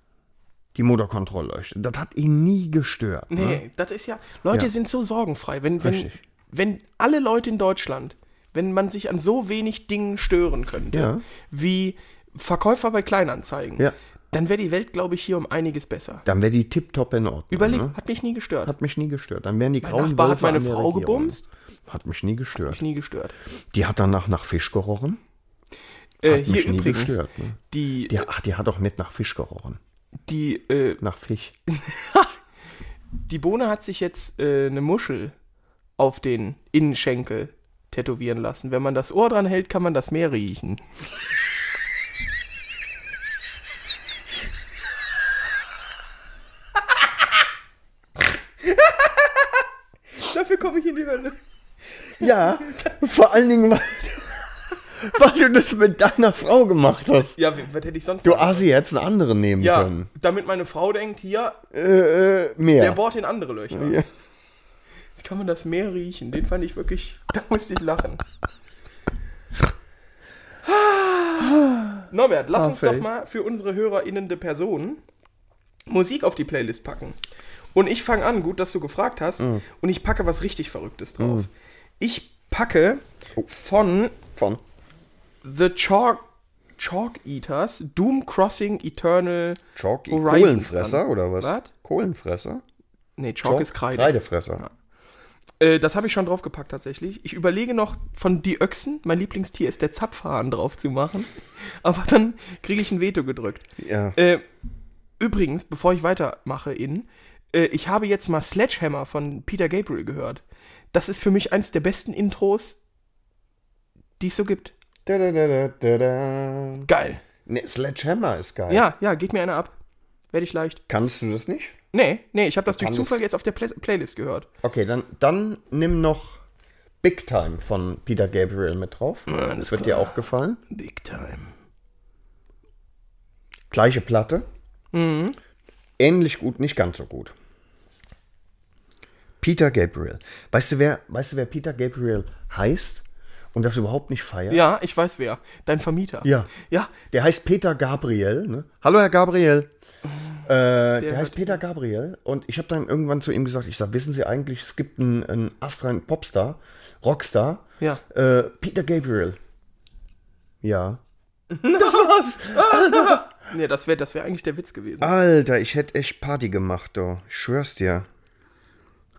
die Motorkontrollleuchte, das hat ihn nie gestört.
Nee,
Ne?
das ist ja. Leute
Ja.
sind so sorgenfrei. Wenn, wenn,
Richtig.
wenn alle Leute in Deutschland, wenn man sich an so wenig Dingen stören könnte,
Ja.
wie Verkäufer bei Kleinanzeigen,
Ja.
dann wäre die Welt, glaube ich, hier um einiges besser.
Dann wäre die tiptop in Ordnung.
Überleg,
ne?
hat mich nie gestört.
hat mich nie gestört. Dann wären die
mein
grauen
Nachbar hat
Wölfe an
meine
der
Frau
Regierung.
gebumst.
Hat mich nie gestört.
Hat mich nie gestört.
Die hat danach nach Fisch gerochen.
Äh,
Hat
hier
mich nie
übrigens,
gestört, ne?
die,
Die, ach, die hat doch nicht nach Fisch gerochen.
die, äh,
Nach Fisch.
die Bohne hat sich jetzt äh, eine Muschel auf den Innenschenkel tätowieren lassen. Wenn man das Ohr dran hält, kann man das Meer riechen. [LAUGHS] Dafür komme ich in die Hölle.
[LAUGHS] Ja, vor allen Dingen, weil, [LAUGHS] weil du das mit deiner Frau gemacht hast.
Ja, w- was hätte ich sonst
Du
machen
Assi hättest einen anderen nehmen
sollen? Ja,
können.
damit meine Frau denkt, hier,
Äh, äh,
der
mehr.
bohrt in andere Löcher.
Ja.
Jetzt kann man das Meer riechen. Den fand ich wirklich, [LAUGHS] da musste ich lachen. Norbert, lass uns
Harfey.
doch mal für unsere HörerInnen der Personen Musik auf die Playlist packen. Und ich fange an, gut, dass du gefragt hast,
Mhm.
und ich packe was richtig Verrücktes drauf. Ich packe
Oh.
von
Von.
The Chalk, Chalk Eaters Doom Crossing Eternal
Chalk,
Horizons
Kohlenfresser
an.
oder was?
Was?
Kohlenfresser?
Nee, Chalk, ist Kreide.
Kreidefresser.
Äh, das habe ich schon draufgepackt tatsächlich. Ich überlege noch von Die Öchsen, mein Lieblingstier ist der Zapfhahn drauf zu machen. [LAUGHS] Aber dann kriege ich ein Veto gedrückt.
Ja.
Äh, übrigens, bevor ich weitermache, in, äh, ich habe jetzt mal Sledgehammer von Peter Gabriel gehört. Das ist für mich eins der besten Intros, die es so gibt.
Da, da, da, da, da, da.
Geil.
Nee, Sledgehammer ist geil.
Ja, ja, geht mir einer ab. Werde ich leicht.
Kannst du das nicht?
Nee, nee, ich habe das durch
Kann
Zufall
das-
jetzt auf der Play Playlist gehört.
Okay, dann, dann nimm noch Big Time von Peter Gabriel mit drauf. das wird dir auch gefallen.
Big Time.
Gleiche Platte.
Mhm.
Ähnlich gut, nicht ganz so gut. Peter Gabriel. Weißt du, wer, weißt du, wer Peter Gabriel heißt und das überhaupt nicht feiert?
Ja, ich weiß wer. Dein Vermieter.
Ja.
Ja,
Der heißt Peter Gabriel. Ne? Hallo, Herr Gabriel. Äh, der,
Mhm. Der
heißt
hört-
Peter Gabriel und ich habe dann irgendwann zu ihm gesagt, ich sage, wissen Sie eigentlich, es gibt einen, einen astreinen Popstar, Rockstar,
Ja.
äh, Peter Gabriel. [LAUGHS] Ja.
Nee, das wäre das wär eigentlich der Witz gewesen.
Alter, ich hätte echt Party gemacht, du. Ich schwör's dir.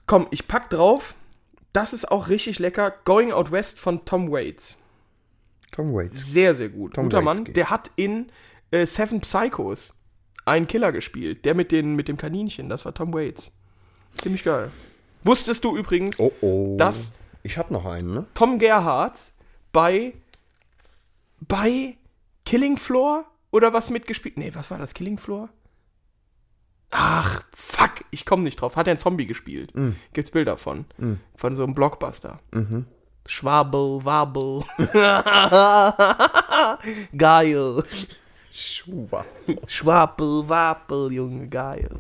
Komm, ich pack drauf. Das ist auch richtig lecker. Going Out West von Tom Waits.
Tom Waits.
Sehr, sehr gut.
Tom
Guter
Waits
Mann.
geht.
Der hat in äh, Seven Psychos einen Killer gespielt. Der mit, den, mit dem Kaninchen. Das war Tom Waits. Ziemlich geil. Wusstest du übrigens,
Oh oh.
dass
Ich hab noch einen, ne?
Tom Gerhardt bei, bei Killing Floor oder was mitgespielt? Nee, was war das? Killing Floor? Ach, fuck, ich komme nicht drauf. Hat er einen Zombie gespielt? Gibt's Bilder von. Von so einem Blockbuster. Schwabel, Wabel. [LAUGHS] geil.
Schuber.
Schwabel, Wabel, Junge, geil.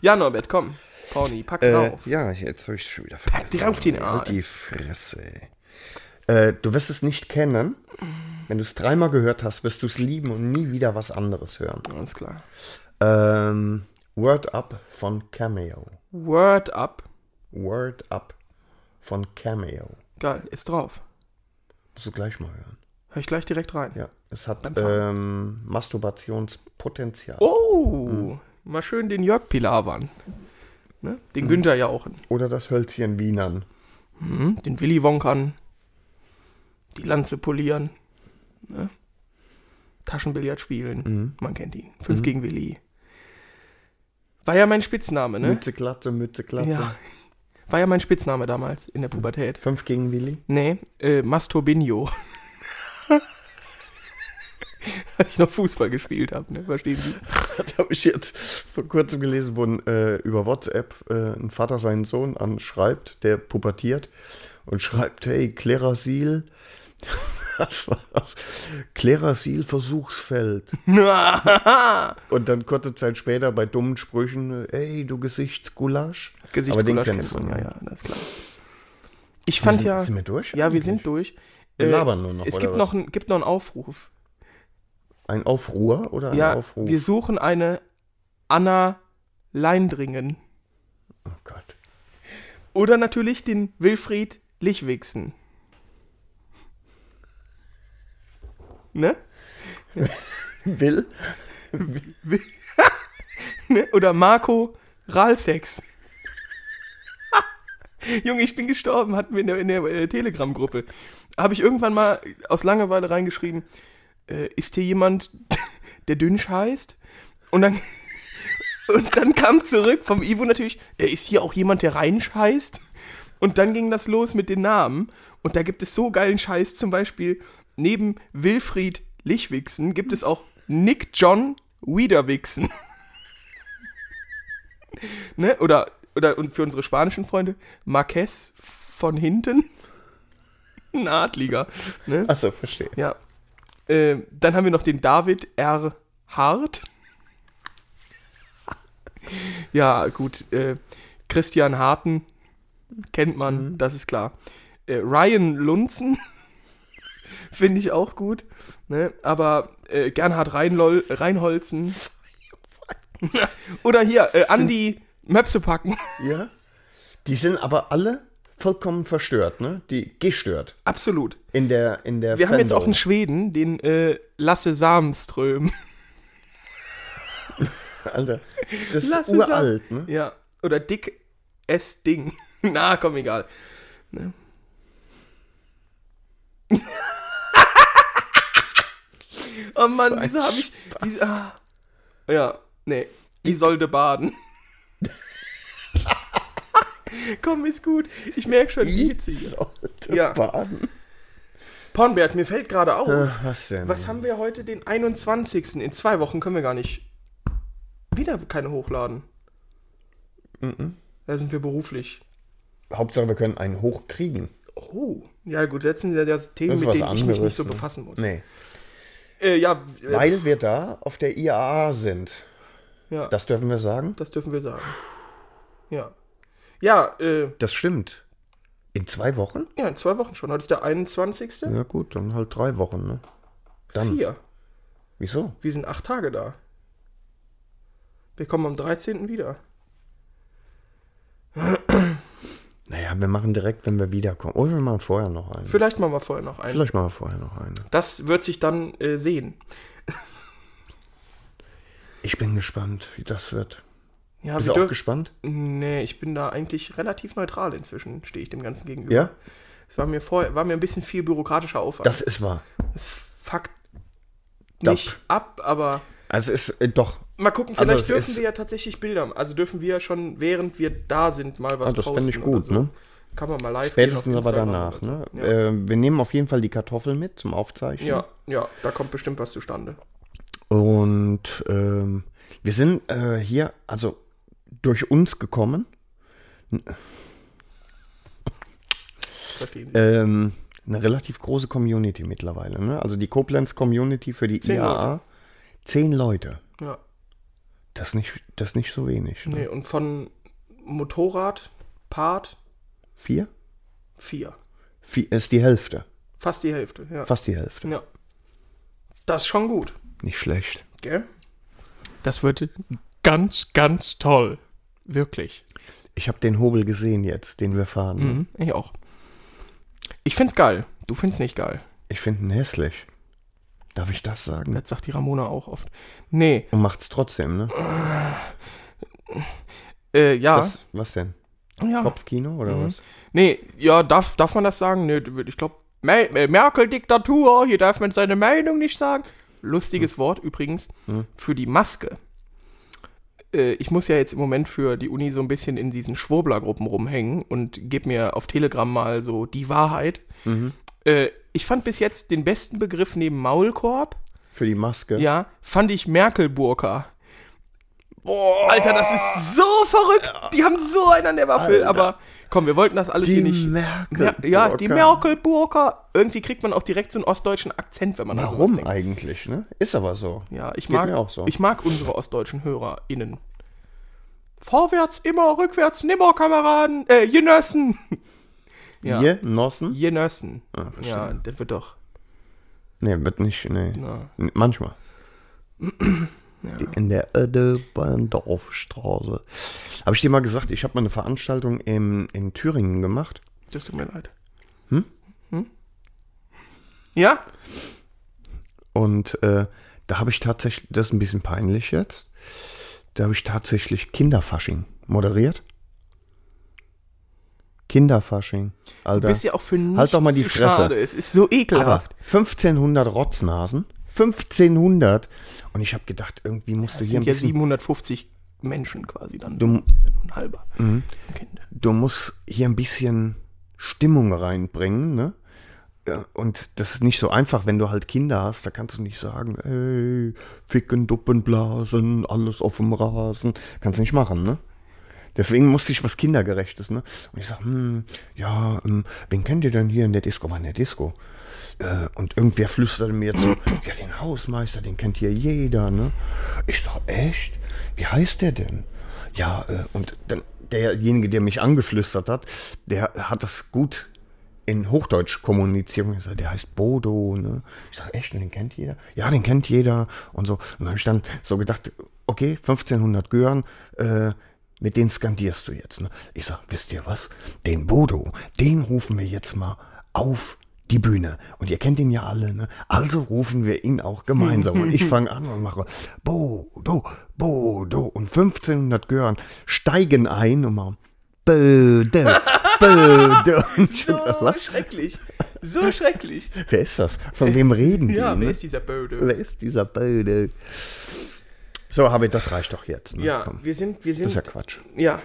Ja, Norbert, komm. Pauni, pack
Äh,
drauf.
ja, ich- jetzt hab ich schon wieder vergessen.
drauf, den
Halt
Aal.
die Fresse. ey. Äh, du wirst es nicht kennen. Wenn du es dreimal gehört hast, wirst du es lieben und nie wieder was anderes hören.
Alles klar.
Ähm, Word Up von Cameo.
Word up.
Word Up von Cameo.
Geil, ist drauf.
Musst du gleich mal hören.
Hör ich gleich direkt rein.
Ja, es hat
fahren.
ähm, Masturbationspotenzial.
Oh, mal schön den Jörg Pilavern. Ne? Den Günther Jauchen,
Oder das Hölzchen Wienern.
hm? den Willy Wonkern, die Lanze polieren, ne? Taschenbillard spielen, man kennt ihn. Fünf gegen Willy. War ja mein Spitzname, ne?
Mütze Glatze, Mütze Glatze.
Ja. War ja mein Spitzname damals in der Pubertät.
Fünf gegen Willi. [LAUGHS]
Nee, äh, Masturbinho. [LAUGHS] Als ich noch Fußball gespielt habe, ne? Verstehen Sie?
habe ich jetzt vor kurzem gelesen, wo ein, äh, über WhatsApp äh, ein Vater seinen Sohn anschreibt, der pubertiert und schreibt, hey, Klerasil, [LAUGHS] was war das? Klerasil Versuchsfeld. und dann kurze Zeit später bei dummen Sprüchen, hey, du Gesichtsgulasch.
Gesichtsgulasch
Aber den
kennt
kennst
man,
du,
ja,
ne?
ja, das ist klar. Ich fand
sind-
ja.
sind wir durch
Ja, wir
eigentlich?
sind durch.
Wir
äh,
labern nur noch,
Es
oder
gibt
was?
noch, einen- gibt noch einen Aufruf.
Ein Aufruhr oder ein
ja,
Aufruf?
wir suchen eine Anna Leindringen.
oh Gott.
Oder natürlich den Wilfried Lichwixen. Ne?
Will?
[LAUGHS] ne? Oder Marco Ralsex. [LAUGHS] Junge, ich bin gestorben, hatten wir in der, in der äh, Telegram-Gruppe. Habe ich irgendwann mal aus Langeweile reingeschrieben, äh, ist hier jemand, [LAUGHS] der Dünsch heißt? Und dann, und dann kam zurück vom Ivo natürlich, äh, ist hier auch jemand, der Reinsch heißt? Und dann ging das los mit den Namen. Und da gibt es so geilen Scheiß, zum Beispiel neben Wilfried Lichwixen gibt es auch Nick John Wiederwixen. [LAUGHS] Ne? Oder, oder und für unsere spanischen Freunde, Marquez von hinten. [LAUGHS] Ein Adliger. Ne?
Achso, verstehe.
Ja. Ähm, dann haben wir noch den David R. Hart. ja, gut. Äh, Christian Harten kennt man, das ist klar. Äh, Ryan Lunzen [LAUGHS] finde ich auch gut. Ne? Aber äh, Gernhard Reinlol Reinholzen. [LAUGHS] Oder hier, äh, Andi Möpse packen.
Ja. Die sind aber alle vollkommen verstört, ne? Die gestört.
[LAUGHS] Absolut.
In der, in der
Wir haben jetzt
Fandom.
auch einen Schweden, den äh, Lasse Samström.
Alter, das ist
Lasse
uralt, ne?
Ja. Oder Dick S. Ding. [LAUGHS] Na, komm, egal. Ne? [LAUGHS] oh Mann, wieso habe ich. Wieso, ah. Ja, nee. Isolde Baden. komm, ist gut. Ich merke schon die Hitze hier.
sollte
Ja.
baden.
Pornbert, mir fällt gerade auf.
Ach, was denn?
Was haben wir heute, den 21.? In zwei Wochen können wir gar nicht. Wieder keine hochladen. Da sind wir beruflich.
Hauptsache, wir können einen hochkriegen.
Oh. Ja, gut, setzen wir das Themen,
Das ist
mit
was
denen
anderes.
ich mich nicht so
ne?
befassen muss.
Nee.
Äh, ja, äh,
Weil wir da auf der IAA sind.
ja das,
Das dürfen wir sagen?
dürfen wir sagen. Ja. Ja, äh,
Das stimmt. In zwei Wochen?
ja, in zwei Wochen schon. Heute ist der 21.
Ja gut, dann halt drei Wochen, ne? Dann.
Vier.
Wieso?
Wir sind acht Tage da. Wir kommen am 13. wieder.
Naja, wir machen direkt, wenn wir wiederkommen. Oder wir machen vorher noch einen.
Vielleicht machen wir vorher noch einen.
Vielleicht machen wir vorher noch einen.
Das wird sich dann äh, sehen.
Ich bin gespannt, wie das wird.
Ja,
Bist
wir
du auch
dürfen-
gespannt?
Nee, ich bin da eigentlich relativ neutral inzwischen, stehe ich dem Ganzen gegenüber.
Ja?
Es war mir vorher, war mir ein bisschen viel bürokratischer Aufwand.
Das ist wahr.
es fuckt
Dab.
nicht ab, aber
Also es ist äh, doch.
mal gucken,
Also
vielleicht
es
dürfen
ist-
wir ja tatsächlich Bilder, also dürfen wir ja schon, während wir da sind, mal was
Ah, das
posten.
fände ich
oder
gut, ne?
Kann man mal live
Spätestens
gehen auf
aber
Instagram
danach. Ne?
oder so. Ja.
Äh, wir nehmen auf jeden Fall die Kartoffeln mit zum Aufzeichnen.
ja, ja, da kommt bestimmt was zustande.
Und ähm, wir sind äh, hier, also durch uns gekommen.
Verstehen Sie?
Ähm, eine relativ große Community mittlerweile. Ne? Also die Koblenz Community für die
Zehn
IAA. Zehn Leute.
ja.
Das ist nicht, das ist nicht so wenig. Ne?
Nee, und von Motorrad, Part
Vier?
4.
Vier ist die Hälfte.
Fast die Hälfte, ja.
Fast die Hälfte.
Ja. Das ist schon gut.
Nicht schlecht.
Gell? Das wird ganz, ganz toll. Wirklich.
Ich habe den Hobel gesehen jetzt, den wir fahren. ne?
Mhm, ich auch. Ich find's geil. Du find's nicht geil.
Ich finde ihn hässlich. Darf ich das sagen?
Das sagt die Ramona auch oft. Nee,
Und macht's trotzdem, ne?
äh, ja.
Was, was denn?
ja.
Kopfkino oder
Mhm.
was?
Nee, ja, darf, darf man das sagen? Nee, ich glaube, Merkel-Diktatur, hier darf man seine Meinung nicht sagen. Lustiges Wort übrigens für die Maske. Äh, Ich muss ja jetzt im Moment für die Uni so ein bisschen in diesen Schwurblergruppen rumhängen und gebe mir auf Telegram mal so die Wahrheit. Äh, Ich fand bis jetzt den besten Begriff neben Maulkorb,
Für die Maske.
ja, fand ich Merkel-Burka. Boah. Alter, das ist so verrückt. Die haben so einen an der Waffel. Aber komm, wir wollten das alles
Die
hier nicht.
Merkel.
Mer ja, die Merkel-Burka. Irgendwie kriegt man auch direkt so einen ostdeutschen Akzent, wenn man an sowas
Warum
denkt.
eigentlich, ne? Ist aber so.
Ja, ich
Geht
mag,
mir auch so.
ich mag unsere ostdeutschen HörerInnen. Vorwärts immer, rückwärts nimmer, Kameraden, äh, Genossen. Ja.
Je Nossen?
Jenössen.
Ah, verstehe.
ja, das wird doch.
Nee, wird nicht. Nee.
Na.
N- Manchmal.
[CLEARS THROAT] Ja.
In der Ödebahndorfstraße. Habe ich dir mal gesagt, ich habe mal eine Veranstaltung in, in Thüringen gemacht.
Das tut mir leid. Hm? Ja?
Und äh, da habe ich tatsächlich, das ist ein bisschen peinlich jetzt, da habe ich tatsächlich Kinderfasching moderiert. Kinderfasching. Alter.
Du bist ja auch für nichts
Halt doch mal die
zu
Fresse.
schade. Es ist so
Aber
ekelhaft.
1500 Rotznasen. 1500. Und ich habe gedacht, irgendwie musst du
das
hier ein
sind ja
bisschen
750 Menschen quasi dann.
Du- Mhm.
Das ist ja nur ein halber. So ein Kind.
du musst hier ein bisschen Stimmung reinbringen, ne? Ja, Und das ist nicht so einfach, wenn du halt Kinder hast, da kannst du nicht sagen, ey, ficken, duppen, blasen, alles auf dem Rasen. Kannst du nicht machen, ne? Deswegen musste ich was Kindergerechtes, ne? Und ich sag, hm, ja, ähm, wen kennt ihr denn hier in der Disco? Mann, in der Disco. Äh, und irgendwer flüsterte mir zu, ja, den Hausmeister, den kennt hier jeder, ne? Ich sag, echt? Wie heißt der denn? Ja, äh, und dann derjenige, der mich angeflüstert hat, der hat das gut in Hochdeutsch kommuniziert. Und ich sag, der heißt Bodo, ne? Ich sag, echt? Und den kennt jeder? Ja, den kennt jeder. Und so. Und dann habe ich dann so gedacht, okay, 1500 Gören, äh, mit denen skandierst du jetzt. Ne? Ich sag, wisst ihr was? Den Bodo, den rufen wir jetzt mal auf die Bühne. Und ihr kennt ihn ja alle, ne? Also rufen wir ihn auch
[LAUGHS]
gemeinsam. Und ich fange an und mache Bodo, Bodo. Und 1500 Gören steigen ein und machen Böde,
[LAUGHS]
Böde. Und ich denk,
So
was?
schrecklich. So
[LAUGHS]
schrecklich.
Wer ist das? Von wem reden die?
Ja, wer
ne?
ist dieser Böde?
wer ist dieser Böde? So, Harvey, das reicht doch jetzt. Ne?
Ja,
Komm.
wir sind, wir
Das ist ja
sind,
Quatsch.
ja.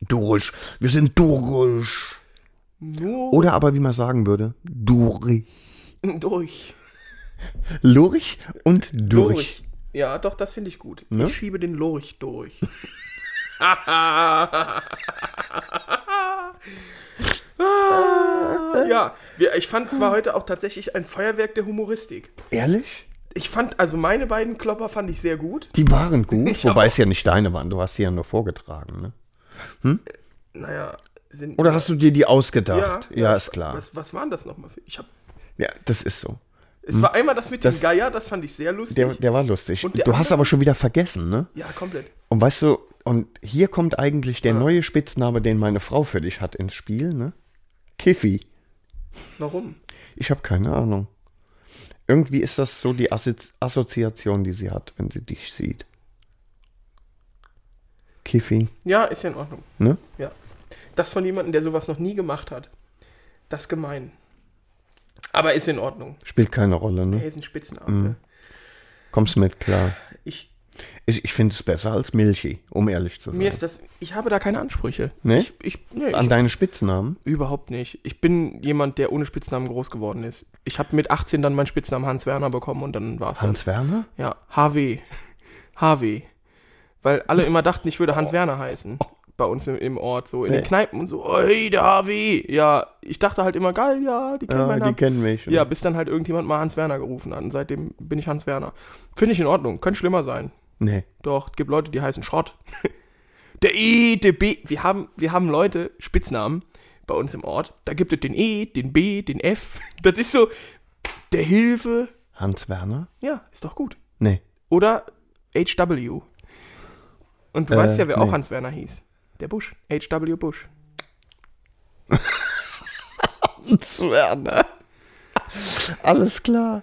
Durch. Wir sind durch.
Nur
Oder aber, wie man sagen würde, durch.
durch.
Lurch und durch. Ne?
Ja, doch, das finde ich gut. Ich schiebe den Lurch
[LAUGHS]
durch. Ah, ja, wir- ich fand zwar heute auch tatsächlich ein Feuerwerk der Humoristik.
Ehrlich?
Ich fand, also meine beiden Klopper fand ich sehr gut.
Die waren gut, wobei es ja nicht deine waren. Du hast sie ja nur vorgetragen. Ne?
Naja, sind.
Oder hast du dir die
ja,
ausgedacht?
ja,
Ja, ist klar.
Was, was waren das nochmal? für- Ich hab,
ja, das ist so.
es war einmal das mit dem
Hm? Das-
Geier, das fand ich sehr lustig.
Der, der war lustig.
Und der
du hast
andere-
aber schon wieder vergessen, ne?
ja, komplett.
Und weißt du, und hier kommt eigentlich der neue Spitzname, den meine Frau für dich hat, ins Spiel, ne? Kiffi.
Warum?
Ich habe keine Ahnung. Irgendwie ist das so die Assozi Assoziation, die sie hat, wenn sie dich sieht. Kiffi,
Ja, ist ja in Ordnung.
ne?
Ja. Das von jemandem, der sowas noch nie gemacht hat. Das ist gemein. Aber ist in Ordnung.
Spielt keine Rolle,
Er
ne?
ist ein Spitzenarm. Ne?
Kommst mit klar.
Ich,
Ich, ich finde es besser als Milchi, um ehrlich zu sein.
mir ist das, ich habe da keine Ansprüche.
Nee?
Ich, ich, nee,
An
ich,
deine Spitznamen?
überhaupt nicht. Ich bin jemand, der ohne Spitznamen groß geworden ist. Ich habe mit 18 dann meinen Spitznamen Hans Werner bekommen und dann war es das.
Hans Werner?
Ja, HW. HW. Weil alle immer dachten, ich würde
Oh.
Hans Werner heißen. Bei uns im, im Ort, so in den Kneipen und so, oh, hey, der HW. Ja, ich dachte halt immer, geil, ja, die kennen
Ja,
meinen
die
Namen.
kennen mich.
Ja, bis dann halt irgendjemand mal Hans Werner gerufen hat. Und seitdem bin ich Hans Werner. Finde ich in Ordnung. Könnte schlimmer sein.
Nee.
Doch, es gibt Leute, die heißen Schrott. [LAUGHS] Der E, der B. Wir haben, wir haben Leute, Spitznamen bei uns im Ort. Da gibt es den E, den B, den F. [LAUGHS] Das ist so, der Hilfe.
Hans Werner?
Ja, ist doch gut.
Nee.
Oder HW. Und du
Äh,
weißt ja, wer auch
nee.
Hans Werner hieß. Der Bush. HW Bush. [LAUGHS]
Hans Werner. Alles klar.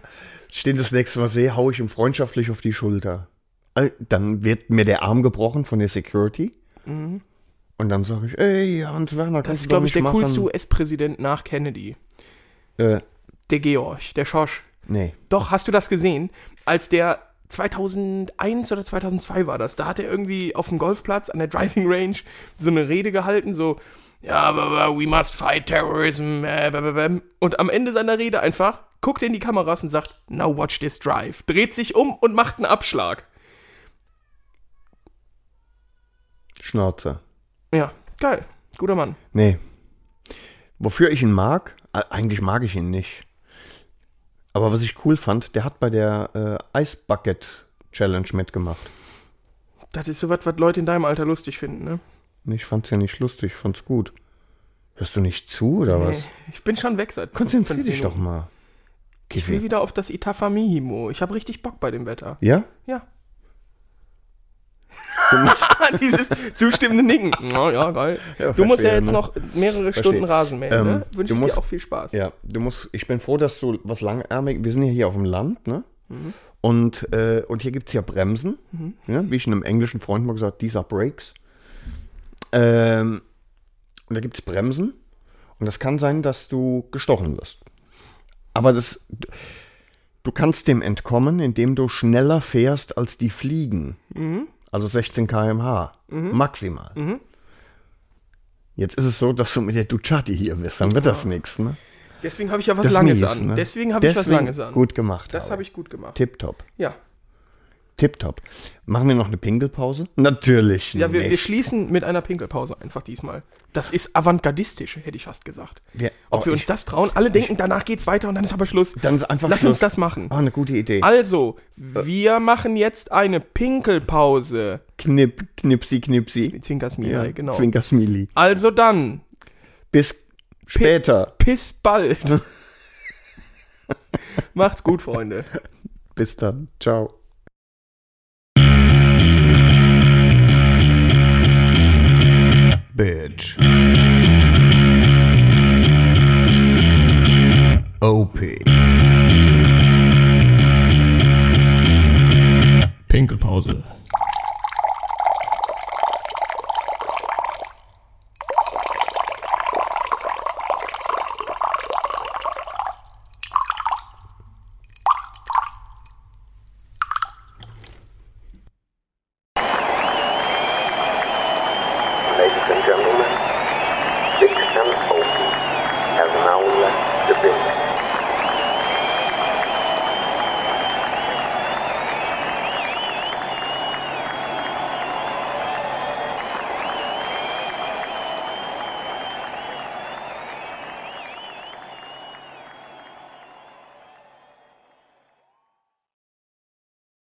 Stehen das nächste Mal sehe, hau ich ihm freundschaftlich auf die Schulter. Al- Dann wird mir der Arm gebrochen von der Security. Und dann sage ich, ey, Hans Werner, kannst
Mhm. Das ist,
du doch
glaube ich,
nicht
der
machen.
coolste US-Präsident nach Kennedy.
Äh,
Der Georg, der Schorsch.
nee.
Doch, hast du das gesehen? Als der 2001 oder 2002 war das, da hat er irgendwie auf dem Golfplatz an der Driving Range so eine Rede gehalten, so, ja, blah, blah, we must fight terrorism, äh, blah, blah, blah. und am Ende seiner Rede einfach guckt er in die Kameras und sagt, now watch this drive, dreht sich um und macht einen Abschlag.
Schnauze.
Ja, geil, guter Mann.
Nee. Wofür ich ihn mag, e- eigentlich mag ich ihn nicht. Aber was ich cool fand, der hat bei der äh, Ice Bucket Challenge mitgemacht.
Das ist so was, was Leute in deinem Alter lustig finden, ne?
Und Ich fand's ja nicht lustig, fand's gut. Hörst du nicht zu oder was?
Nee, ich bin schon weg seit
Konzentrier
15
dich doch
Minuten.
mal.
Ich will wieder auf das Itafamihimo. Ich habe richtig Bock bei dem Wetter.
Ja?
Ja. [LAUGHS] Dieses zustimmende Nicken. Ja, ja geil.
Ja,
du musst ja
verstehe,
jetzt
ne?
noch mehrere
Verstehe.
Stunden Rasen mähen.
Ähm,
ne? Wünsche
du
ich
musst-
dir auch viel Spaß.
Ja, du musst, ich bin froh, dass du was langärmig, wir sind ja hier auf dem Land, ne? Und, äh, und hier gibt es ja Bremsen, ne? wie ich einem englischen Freund mal gesagt, these are brakes. Ähm, und da gibt es Bremsen und das kann sein, dass du gestochen wirst. Aber das, du kannst dem entkommen, indem du schneller fährst als die Fliegen. Also 16 km/h maximal. Jetzt ist es so, dass du mit der Ducati hier bist, dann wird das nichts. Ne?
Deswegen habe ich ja was
Das ist
Langes
mies,
an.
ne?
Deswegen habe ich was
Deswegen
Langes an.
gut gemacht,
Das
Harry.
habe ich gut gemacht.
Tipptopp.
Ja.
Tipptopp. Machen wir noch eine Pinkelpause? Natürlich.
Ja, wir, wir
nicht.
schließen mit einer Pinkelpause einfach diesmal. Das ist avantgardistisch, hätte ich fast gesagt.
Wir-
Ob
oh,
wir
ich-
uns das trauen? Alle denken, danach geht's weiter und dann ist aber Schluss.
Dann ist einfach
Lass uns
Schluss. Äh.
das machen.
Ah, eine gute Idee.
Also, wir machen jetzt eine Pinkelpause.
Knip, knipsi, knipsi.
Zwinkersmilei, genau.
Zwinkersmili.
Also dann,
Bis später.
bis
[LAUGHS]
bald. Macht's gut, Freunde.
Bis dann. Ciao.
Bitch. OP.
Pinkelpause.
Ladies and gentlemen, Dick and Opie has now left the building.